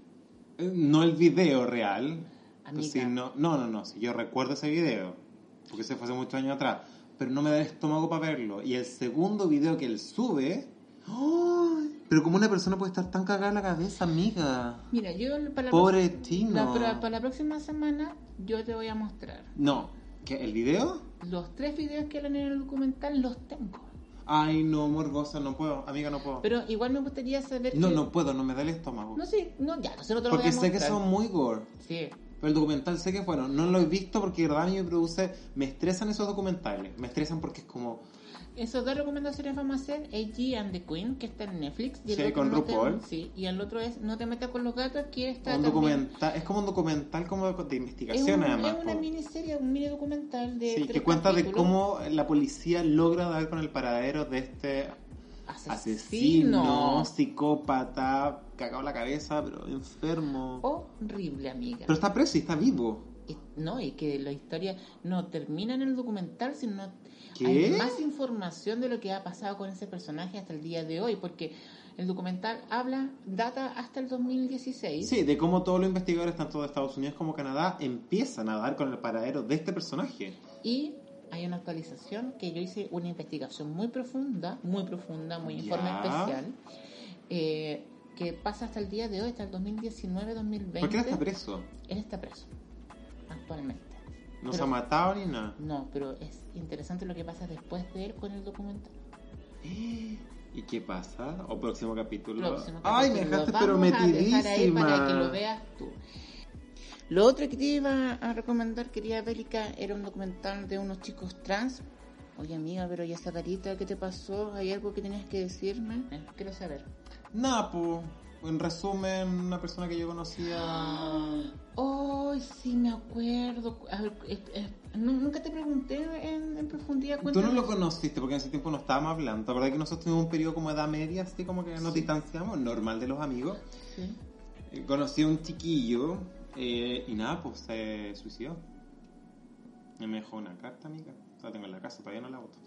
S2: Eh, No el video real.
S1: Amiga.
S2: sino- no, no, no. Si yo recuerdo ese video. Porque se fue hace muchos años atrás. Pero no me da el estómago para verlo. Y el segundo video que él sube. ¡ay! Pero como una persona puede estar tan cagada en la cabeza, amiga.
S1: Mira, yo para la,
S2: Pobre
S1: próxima-
S2: Tino.
S1: la- para- para la próxima semana yo te voy a mostrar
S2: No, ¿qué? ¿El video?
S1: los tres videos que hablan en el documental, los tengo.
S2: Ay, no, morbosa, no puedo, amiga, no puedo.
S1: Pero igual me gustaría saber...
S2: no,
S1: que-
S2: no puedo, no me da el estómago.
S1: No sé, no, ya, no se lo te lo voy
S2: porque
S1: a
S2: sé que
S1: mostrar.
S2: son muy gore.
S1: Sí,
S2: Pero el documental sé que es bueno. No lo he visto porque de verdad a mí me produce. Me estresan esos documentales. Me estresan porque es como.
S1: Esas dos recomendaciones vamos a hacer, AG and the Queen, que está en Netflix. Y el
S2: Sí,
S1: otro
S2: con
S1: no te-
S2: RuPaul.
S1: sí, y el otro es No te metas con los gatos, que está
S2: Un
S1: también-
S2: documental, es como un documental como de
S1: Es,
S2: investigación,
S1: un-
S2: además.
S1: es una
S2: po.
S1: miniserie, un mini documental de
S2: Sí,
S1: tres
S2: que cuenta de
S1: capítulos.
S2: cómo la policía logra dar con el paradero de este asesino,
S1: asesino.
S2: psicópata, cagado en la cabeza, pero enfermo.
S1: Horrible, amiga.
S2: Pero está preso y está vivo.
S1: Y- No, y que la historia no termina en el documental, sino
S2: ¿Qué?
S1: hay más información de lo que ha pasado con ese personaje hasta el día de hoy, porque el documental habla, data hasta el 2016.
S2: Sí, de cómo todos los investigadores, tanto de Estados Unidos como Canadá, empiezan a dar con el paradero de este personaje.
S1: Y hay una actualización que yo hice una investigación muy profunda, muy profunda, muy informe
S2: Ya.
S1: especial, eh, que pasa hasta el día de hoy, hasta el 2019-2020.
S2: ¿Por qué él está preso?
S1: Él está preso, actualmente.
S2: No se
S1: Pero-
S2: ha matado ni nada.
S1: No, pero es interesante lo que pasa después de él con el documental.
S2: ¿Y qué pasa? ¿O próximo capítulo?
S1: Próximo
S2: Ay, me
S1: capítulo.
S2: dejaste
S1: Lo
S2: pero
S1: vamos a dejar ahí
S2: metidísima.
S1: para que lo veas tú. Lo otro que te iba a recomendar, querida Bélica, era un documental de unos chicos trans. Oye, amiga, pero ¿y Eh, esa carita? ¿Qué te pasó? ¿Hay algo que tenías que decirme? Quiero saber.
S2: Nah, po. En resumen, una persona que yo conocía.
S1: Oh, sí, me acuerdo. A ver, es- es- nu- nunca te pregunté en, en profundidad.
S2: Tú no
S1: cuéntame.
S2: lo conociste porque en ese tiempo no estábamos hablando. ¿Te acuerdas que nosotros tuvimos un periodo como de edad media, así como que nos distanciamos, normal de los amigos?
S1: Sí.
S2: Eh, Conocí a un chiquillo eh, y nada, pues se suicidó. Y me dejó una carta, amiga. La tengo en la casa, todavía no la voto.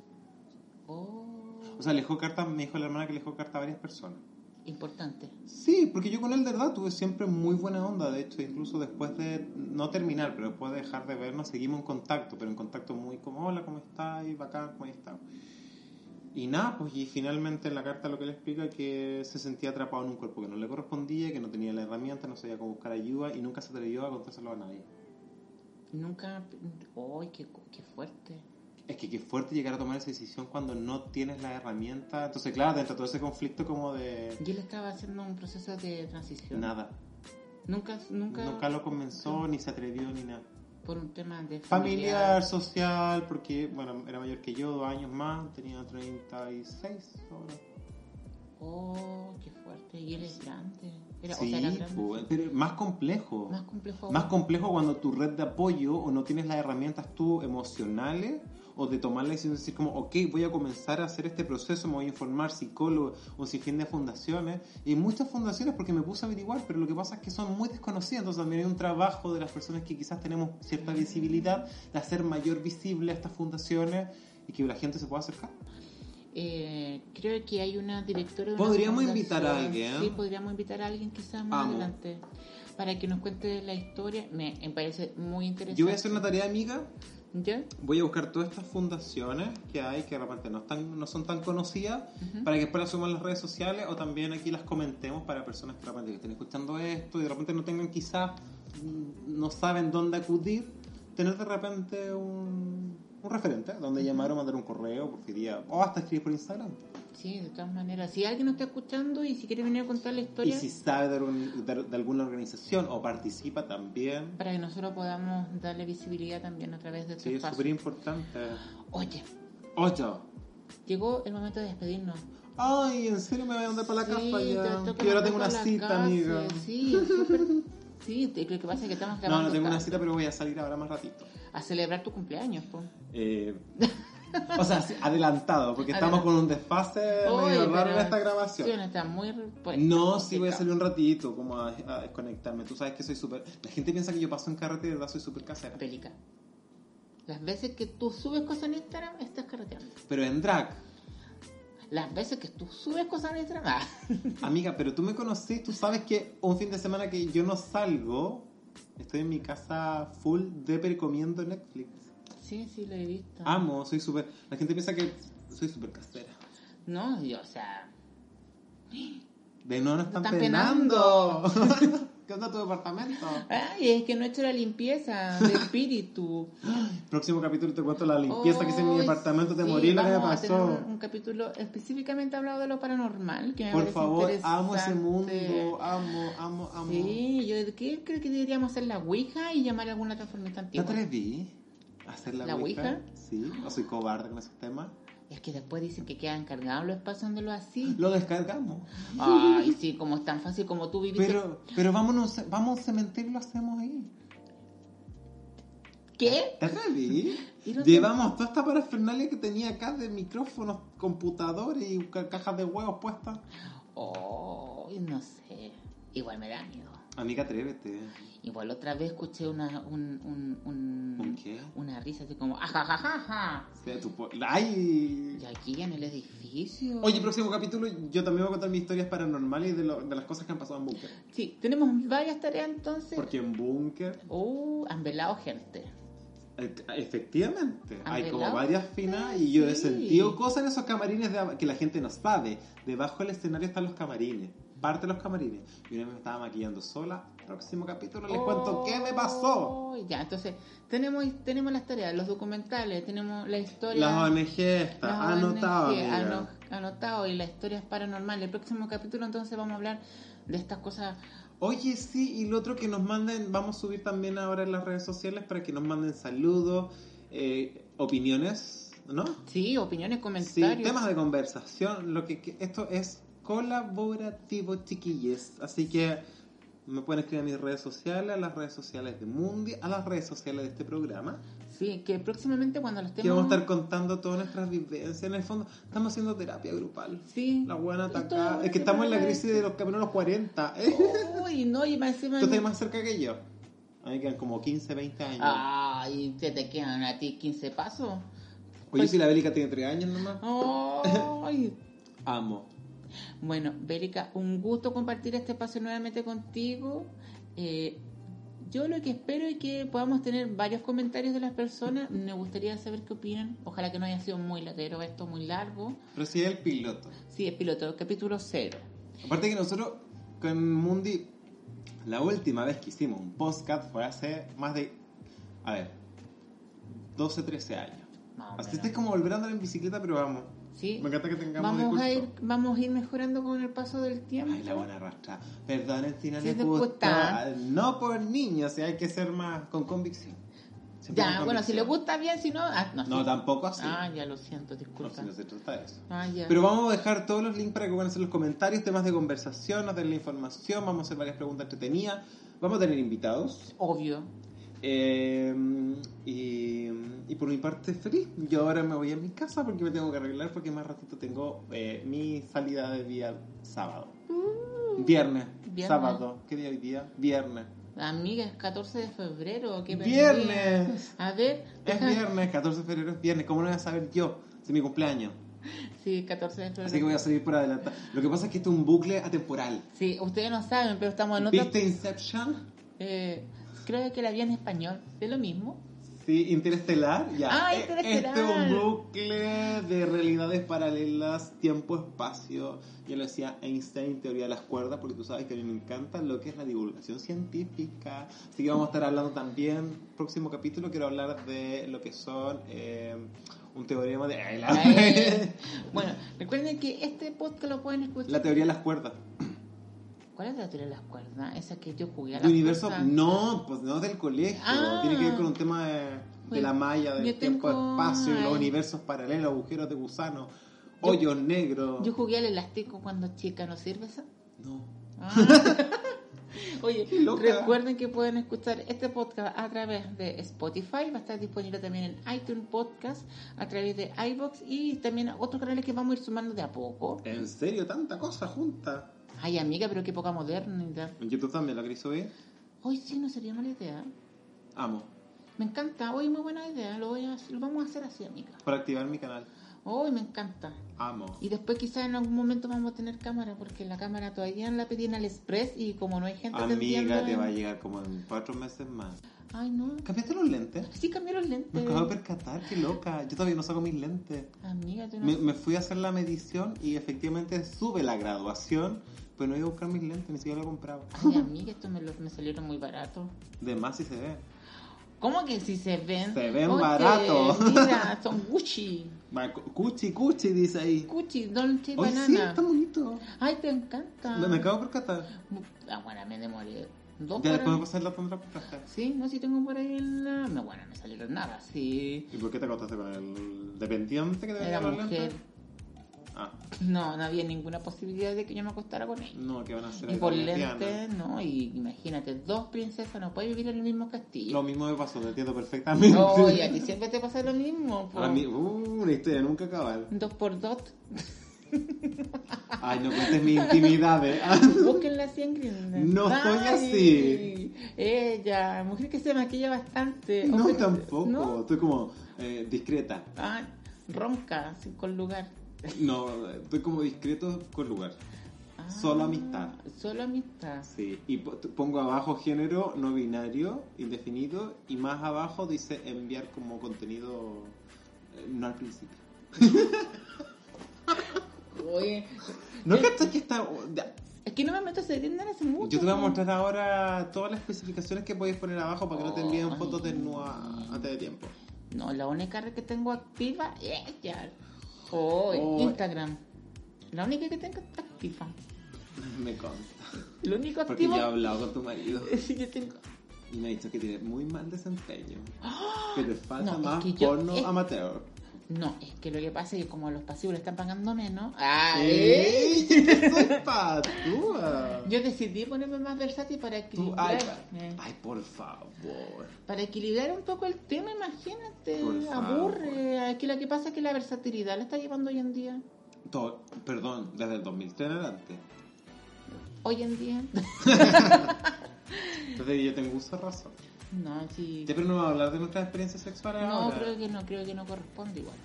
S1: Oh,
S2: O sea, le dejó carta, me dijo la hermana que le dejó carta a varias personas.
S1: importante.
S2: Sí, porque yo con él de verdad tuve siempre muy buena onda. De hecho, incluso después de no terminar, pero después de dejar de vernos, seguimos en contacto, pero en contacto muy como, hola, ¿cómo estás? Y bacán, ¿cómo estás? Y nada, pues y finalmente en la carta lo que le explica es que se sentía atrapado en un cuerpo que no le correspondía, que no tenía la herramienta, no sabía cómo buscar ayuda y nunca se atrevió a contárselo a nadie.
S1: Nunca. ¡Ay, qué, co- qué fuerte!
S2: Es que qué fuerte llegar a tomar esa decisión cuando no tienes la herramienta. Entonces, claro, dentro de todo ese conflicto como de
S1: Yo le estaba haciendo un proceso de transición.
S2: nada.
S1: Nunca, nunca.
S2: Nunca lo convenció, ni se atrevió, ni nada.
S1: Por un tema de
S2: familiar, social, porque bueno, era mayor que yo, dos años más, tenía 36 ahora.
S1: Oh, qué fuerte. Y él es grande. Era, o
S2: Sí,
S1: sea, era grande.
S2: po, pero más complejo.
S1: Más complejo.
S2: Más
S1: aún.
S2: complejo cuando tu red de apoyo o no tienes las herramientas tú emocionales o de tomar la decisión de decir como, ok, voy a comenzar a hacer este proceso, me voy a informar psicólogo o sinfín de fundaciones. Y muchas fundaciones porque me puse a averiguar, pero lo que pasa es que son muy desconocidas, entonces también hay un trabajo de las personas que quizás tenemos cierta visibilidad, de hacer mayor visible a estas fundaciones y que la gente se pueda acercar.
S1: Eh, creo que hay una directora. de una
S2: Podríamos
S1: fundación.
S2: invitar a alguien. ¿eh?
S1: Sí, podríamos invitar a alguien quizás más
S2: Amo.
S1: adelante. Para que nos cuente la historia. Me, me parece muy interesante.
S2: Yo voy a hacer una tarea amiga,
S1: ¿Ya?
S2: voy a buscar todas estas fundaciones que hay que de repente no, están, no son tan conocidas
S1: Ujú.
S2: para que después las suban en las redes sociales o también aquí las comentemos para personas que de repente que estén escuchando esto y de repente no tengan quizás mm, no saben dónde acudir tener de repente un, un referente donde llamar o mandar un correo porque día o hasta escribir por Instagram
S1: Sí, de todas maneras. Si alguien nos está escuchando y si quiere venir a contar la
S2: y
S1: historia.
S2: si sabe de, algún- de- de alguna organización o participa también
S1: para que nosotros podamos darle visibilidad también a través de este
S2: sí es
S1: espacio.
S2: súper importante
S1: Oye,
S2: ocho
S1: llegó el momento de despedirnos.
S2: ay en serio me voy a mandar para la
S1: Sí,
S2: casa
S1: te
S2: ya
S1: toca
S2: y ahora
S1: mandar
S2: tengo una
S1: para la
S2: cita
S1: casa,
S2: amiga
S1: Sí, es súper- sí, te- lo que pasa es que estamos
S2: no,
S1: grabando
S2: no tengo una
S1: acá.
S2: cita pero voy a salir ahora más ratito
S1: a celebrar tu cumpleaños, po.
S2: Eh, o sea, sí, adelantado, porque estamos
S1: Adelantado.
S2: con un desfase
S1: Oye,
S2: medio raro
S1: pero
S2: en esta
S1: sí, no
S2: grabación.
S1: está muy pues,
S2: No, sí voy a
S1: complicado.
S2: salir un ratito como a, a desconectarme. Tú sabes que soy súper... La gente piensa que yo paso en carrete y de verdad soy súper casera.
S1: Pelica. Las veces que tú subes cosas en Instagram, estás carreteando.
S2: Pero en drag.
S1: Las veces que tú subes cosas en Instagram, ah,
S2: Amiga, pero tú me conoces, tú sabes que un fin de semana que yo no salgo, estoy en mi casa full de percomiendo Netflix.
S1: sí, sí, lo he visto.
S2: Amo, soy súper... La gente piensa que soy súper casera.
S1: No, yo, o sea,
S2: De no, nos están,
S1: están
S2: penando. ¿Qué onda tu departamento?
S1: Ay, es que no he hecho la limpieza de espíritu.
S2: Próximo capítulo te cuento la limpieza que hice en mi
S1: Ay,
S2: departamento, te
S1: sí,
S2: morí lo que me
S1: vamos a
S2: pasó.
S1: tener un, un capítulo específicamente hablado de lo paranormal. Que me
S2: Por
S1: parece
S2: favor, amo ese
S1: interesante.
S2: mundo, amo, amo, amo.
S1: Sí, yo de qué creo que deberíamos hacer la Ouija y llamar a alguna transformista
S2: ¿Te
S1: antigua.
S2: atreví a hacer la,
S1: ¿La
S2: ouija?
S1: ouija?
S2: Sí, o soy cobarde con esos temas.
S1: Es que después dicen que quedan cargados los espacios donde lo así.
S2: Lo descargamos.
S1: Ay, sí, como es tan fácil como tú viviste.
S2: Pero, pero vámonos, vamos a un cementerio y lo hacemos ahí.
S1: ¿Qué?
S2: ¿Te atreví?
S1: Y no te-
S2: Llevamos toda esta parafernalia que tenía acá de micrófonos, computadores y ca- cajas de huevos puestas.
S1: Oh, no sé. Igual me da miedo.
S2: Amiga, atrévete.
S1: Igual otra vez escuché una, un, un, un-
S2: ¿Un qué?
S1: una risa así como, ajajajaja.
S2: O sea, tu po- ¡Ay!
S1: Y aquí en el edificio.
S2: Oye, próximo capítulo yo también voy a contar mis historias paranormales y de, lo- de las cosas que han pasado en Búnker.
S1: Sí, tenemos varias tareas entonces.
S2: Porque en Búnker,
S1: Uh, han velado gente.
S2: eh, efectivamente,
S1: ¿Han
S2: hay como
S1: velado?
S2: varias finas y yo he
S1: Ah, Sí.
S2: sentido cosas en esos camarines de ab- que la gente no sabe. Debajo del escenario están los camarines, parte de los camarines. Y una vez me estaba maquillando sola. Próximo capítulo les cuento qué me pasó.
S1: Oh, Ya, entonces, tenemos, tenemos las tareas, los documentales, tenemos la historia.
S2: Las ONG
S1: las
S2: está ah, anotado.
S1: ONG,
S2: amiga.
S1: ano- anotado y las historias paranormales. El próximo capítulo entonces vamos a hablar de estas cosas.
S2: Oye, sí, y lo otro que nos manden, vamos a subir también ahora en las redes sociales para que nos manden saludos, eh, opiniones, ¿no?
S1: Sí, opiniones,
S2: Sí,
S1: comentarios.
S2: temas de conversación, lo que, que- esto es colaborativo, chiquilles. Así que me pueden escribir a mis redes sociales, a las redes sociales de Mundi, a las redes sociales de este programa.
S1: Sí, que próximamente cuando lo
S2: Que
S1: estemos...
S2: vamos a estar contando todas nuestras vivencias. En el fondo, estamos haciendo terapia grupal.
S1: Sí.
S2: La buena
S1: Esto-
S2: atacada. Es que estamos en la crisis de los caminos los 40. ¿eh?
S1: Uy, Oh, no, y más encima...
S2: Tú estás más cerca que yo. A mí quedan como 15, 20 años.
S1: Ah. Ay, ¿te, te quedan a ti 15 pasos?
S2: Oye, si la Bélica tiene 3 años nomás. Oh.
S1: Ay.
S2: Amo.
S1: Bueno, Bérica, un gusto compartir este espacio nuevamente contigo. Eh, yo lo que espero es que podamos tener varios comentarios de las personas. Me gustaría saber qué opinan. Ojalá que no haya sido muy latero esto, muy largo.
S2: Pero sí es el piloto.
S1: Sí, es piloto, capítulo cero.
S2: Aparte que nosotros con Mundi, la última vez que hicimos un podcast fue hace más de, a ver, 12, 13 años.
S1: Más o
S2: Así
S1: menos.
S2: que este es como volver a andar en bicicleta, pero vamos.
S1: Sí.
S2: Me encanta que tengamos
S1: Vamos a, ir,
S2: discurso.
S1: vamos a ir mejorando con el paso del tiempo.
S2: Ay, la buena rastra. Perdonen si no
S1: Si
S2: les
S1: les
S2: gusta.
S1: gusta.
S2: No por niños, o sea, hay que ser más con convicción. Siempre
S1: ya,
S2: con
S1: bueno, si
S2: convicción.
S1: le gusta bien, si no... ah, no,
S2: No,
S1: sí.
S2: tampoco así.
S1: Ah, ya lo siento,
S2: No,
S1: disculpa.
S2: si no se trata de eso.
S1: Ah, ya.
S2: Pero vamos a dejar todos los links para que puedan hacer los comentarios, temas de conversación, nos den la información, vamos a hacer varias preguntas entretenidas, vamos a tener invitados.
S1: Obvio.
S2: Eh, y, y por mi parte, feliz. Yo ahora me voy a mi casa porque me tengo que arreglar porque más ratito tengo eh, mi salida de día sábado. Viernes,
S1: Uh. Viernes.
S2: sábado. ¿Qué día hoy día? Viernes.
S1: Amiga, es 14 de febrero. Qué
S2: Viernes.
S1: perdida. A ver,
S2: Es
S1: deja-
S2: viernes, 14 de febrero es viernes. ¿Cómo no voy a saber yo? Si es mi cumpleaños.
S1: Sí, 14 de febrero.
S2: Así que voy a salir por adelantado. Lo que pasa es que esto es un bucle atemporal.
S1: Sí, ustedes no saben, pero estamos en otra.
S2: ¿Viste Inception?
S1: Eh, creo que la vi en español. ¿Es lo mismo?
S2: Sí, Interestelar, ya.
S1: Ah,
S2: E-
S1: Interestelar.
S2: Este es un bucle de realidades paralelas, tiempo-espacio. Yo lo decía Einstein, teoría de las cuerdas, porque tú sabes que a mí me encanta lo que es la divulgación científica. Así que vamos a estar hablando también, próximo capítulo, quiero hablar de lo que son eh, un teorema de...
S1: Ahí.
S2: ay, la...
S1: bueno, recuerden que este podcast lo pueden escuchar.
S2: la teoría de las cuerdas.
S1: ¿Cuál es la teoría de las cuerdas? Esa que yo jugué a la
S2: ¿De universo?
S1: fuerza.
S2: No, pues no del colegio.
S1: Ah.
S2: Tiene que ver con un tema de, de
S1: Bueno,
S2: la malla,
S1: yo
S2: del
S1: tengo-
S2: tiempo-espacio, los
S1: ay.
S2: universos paralelos, agujeros de gusano, hoyos negros.
S1: Yo jugué al elástico cuando chica, ¿no sirve esa?
S2: No.
S1: Ah. Oye,
S2: Qué loca.
S1: recuerden que pueden escuchar este podcast a través de Spotify, va a estar disponible también en iTunes Podcast, a través de iBox y también otros canales que vamos a ir sumando de a poco.
S2: ¿En serio? ¿Tanta cosa junta?
S1: Ay, amiga, pero qué poca modernidad.
S2: En YouTube también, ¿la queréis subir?
S1: Hoy sí, no sería mala idea.
S2: Amo.
S1: Me encanta, hoy muy buena idea, lo, voy a- lo vamos a hacer así, amiga.
S2: Para activar mi canal.
S1: Hoy me encanta.
S2: Amo.
S1: Y después quizás en algún momento vamos a tener cámara, porque la cámara todavía la pedí en Aliexpress y como no hay gente
S2: Amiga,
S1: atendiendo-
S2: te va a llegar como en cuatro meses más.
S1: Ay, no.
S2: ¿Cambiaste los lentes?
S1: Sí cambié los lentes.
S2: Me acabo de percatar, qué loca. Yo todavía no saco mis lentes.
S1: Amiga, tú no...
S2: Me, me fui a hacer la medición y efectivamente sube la graduación, pero no iba a buscar mis lentes, ni siquiera lo compraba.
S1: Ay, amiga, estos me, los- me salieron muy baratos.
S2: De más si se ve.
S1: ¿Cómo que si se ven?
S2: Se ven
S1: Oye,
S2: barato.
S1: Mira, son Gucci.
S2: Va, cu- Cuchi, cuchi, dice ahí.
S1: Gucci, Dolce
S2: Hoy sí,
S1: Banana.
S2: está bonito.
S1: Ay, te encanta.
S2: Me, me acabo de percatar.
S1: Ah, bueno, me demoré. Dos por
S2: Ya después
S1: ahí.
S2: me pasar la tondra percatar.
S1: Sí, no, si tengo por ahí la... No, bueno, me salieron nada, sí.
S2: ¿Y por qué te acostaste con el dependiente que te
S1: Era
S2: vendía los
S1: mujer.
S2: lentes? Ah,
S1: No, no había ninguna posibilidad de que yo me acostara con él.
S2: no, que van a hacer
S1: Y
S2: acá
S1: por
S2: en
S1: lentes,
S2: Diana?
S1: no, y imagínate, dos princesas no pueden vivir en el mismo castillo.
S2: Lo mismo me pasó, te entiendo perfectamente.
S1: No, y a ti siempre te pasa lo mismo. po.
S2: A mí, uh, una historia nunca acabar.
S1: Dos por dos.
S2: Ay, no cuentes mi intimidad, eh.
S1: Búsquenla así en Grindr.
S2: No estoy
S1: Ay,
S2: así.
S1: Ella, mujer que se maquilla bastante.
S2: No,
S1: Hombre-
S2: tampoco.
S1: ¿no?
S2: Estoy como eh, discreta.
S1: Ay, ronca, sin con lugar.
S2: No, estoy como discreto con lugar.
S1: Ah,
S2: Solo amistad.
S1: Solo amistad.
S2: Sí, y po- t- pongo abajo género no binario, indefinido, y más abajo dice enviar como contenido eh, no al principio.
S1: Oye, Eh,
S2: No que esto que está... oh, ya.
S1: es que no me meto a ese Grindr hace mucho.
S2: Yo te voy a
S1: po.
S2: mostrar ahora todas las especificaciones que podéis poner abajo para que no te envíen
S1: Ay.
S2: fotos desnudas antes de tiempo.
S1: No, la única red que tengo activa es ella. Oh,
S2: Oh.
S1: Instagram. La única que tengo está activa.
S2: Me consta.
S1: Lo único
S2: Porque
S1: activo.
S2: ya he hablado con tu marido
S1: Sí, yo tengo.
S2: y me ha dicho que tiene muy mal desempeño. Que te falta
S1: No, es
S2: más
S1: que yo-
S2: porno
S1: es-
S2: amateur.
S1: No, es que lo que pasa es que como los pasivos le están pagando menos. ¡Ah!
S2: ¡Ey!
S1: ¿eh?
S2: ¡Soy patúa!
S1: Yo decidí ponerme más versátil para
S2: Tú,
S1: equilibrar,
S2: ay,
S1: eh,
S2: ay, por favor.
S1: para equilibrar un poco el tema, imagínate,
S2: Por favor.
S1: aburre. Aquí lo que pasa es que la versatilidad la está llevando hoy en día.
S2: To- perdón, desde el 2003 en adelante.
S1: Hoy en día.
S2: Entonces yo tengo uso de razón.
S1: No, sí.
S2: Ya, pero no vamos a hablar de nuestras experiencias sexuales
S1: No,
S2: ahora.
S1: creo que no, creo que no corresponde igual.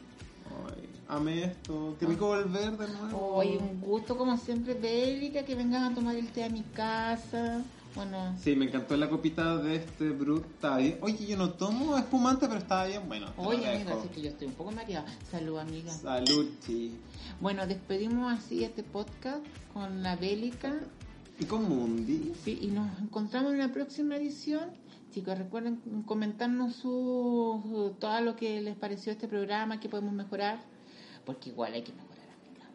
S2: Ay, amé esto. Qué rico volver de nuevo.
S1: Hoy un gusto como siempre de Erika que vengan a tomar el té a mi casa. Bueno,
S2: Sí, me encantó la copita de este Brut. Estaba bien. Oye, yo no tomo espumante, pero estaba bien. Bueno, te lo
S1: oye
S2: agradezco.
S1: amiga, así que yo estoy un poco mareada. Salud amiga.
S2: Salud, chi.
S1: Bueno, despedimos así este podcast con la bélica.
S2: Y con Mundi.
S1: Sí, y nos encontramos en la próxima edición. Chicos, recuerden comentarnos su, todo lo que les pareció este programa, que podemos mejorar, porque igual hay que mejorar, amiga.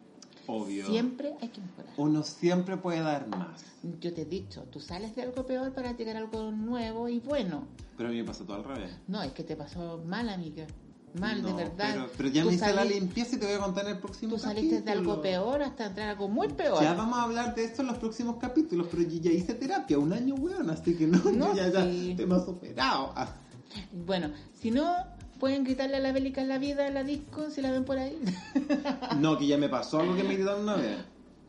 S2: Obvio.
S1: Siempre hay que mejorar.
S2: Uno siempre puede dar más.
S1: Yo te he dicho, tú sales de algo peor para llegar a algo nuevo y bueno.
S2: Pero a mí me pasó todo al revés.
S1: No, es que te pasó mal, amiga. Mal, de
S2: No,
S1: verdad.
S2: Pero, pero ya
S1: Tú
S2: me hice la
S1: sali-
S2: limpieza y te voy a contar en el próximo
S1: Tú saliste de
S2: capítulo.
S1: algo peor hasta entrar a algo muy peor.
S2: Ya vamos a hablar de esto en los próximos capítulos, pero yo ya hice terapia, un año, weón, así que no,
S1: No,
S2: yo ya, ya
S1: sí.
S2: te me has superado. Ah,
S1: Bueno, si no, pueden gritarle a la bélica en la vida, en la disco, si la ven por ahí.
S2: no, que ya me pasó algo que me quitaron una vez.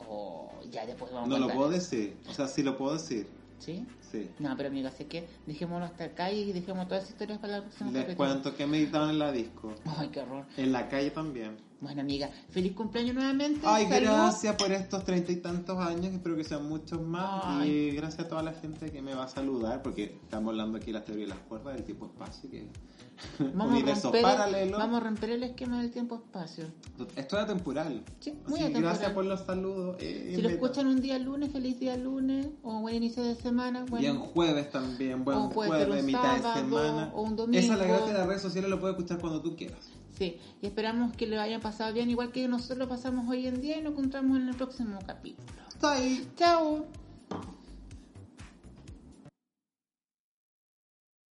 S1: Oh, ya después vamos
S2: No
S1: a
S2: lo
S1: contar.
S2: puedo decir, o sea, sí lo puedo decir,
S1: ¿Sí?
S2: sí.
S1: No, pero amiga, sé que dejémoslo hasta acá y dejemos todas las historias para la próxima.
S2: Les
S1: capítulo.
S2: cuento que me quitaron en la disco,
S1: Ay, qué horror.
S2: en la calle también.
S1: Bueno, amiga, feliz cumpleaños nuevamente.
S2: Ay,
S1: Salud.
S2: gracias por estos treinta y tantos años, espero que sean muchos más.
S1: Ay.
S2: Y gracias a toda la gente que me va a saludar, porque estamos hablando aquí de las teorías de las cuerdas, del tiempo espacio, que
S1: Vamos a,
S2: universo
S1: romper,
S2: paralelo.
S1: vamos a romper el esquema del tiempo-espacio.
S2: Esto era temporal.
S1: Sí,
S2: Así
S1: muy
S2: que
S1: atemporal.
S2: gracias por los saludos. eh,
S1: Si lo
S2: meta.
S1: escuchan un día lunes, feliz día lunes, o buen inicio de semana, bueno,
S2: Bien jueves también, buen
S1: O puede ser
S2: jueves,
S1: un
S2: mitad
S1: sábado,
S2: de semana.
S1: o un domingo.
S2: Esa es la gracia de las redes sociales, lo puedes escuchar cuando tú quieras.
S1: sí, y esperamos que lo hayan pasado bien, igual que nosotros lo pasamos hoy en día y nos encontramos en el próximo capítulo.
S2: Está ahí.
S1: Chao.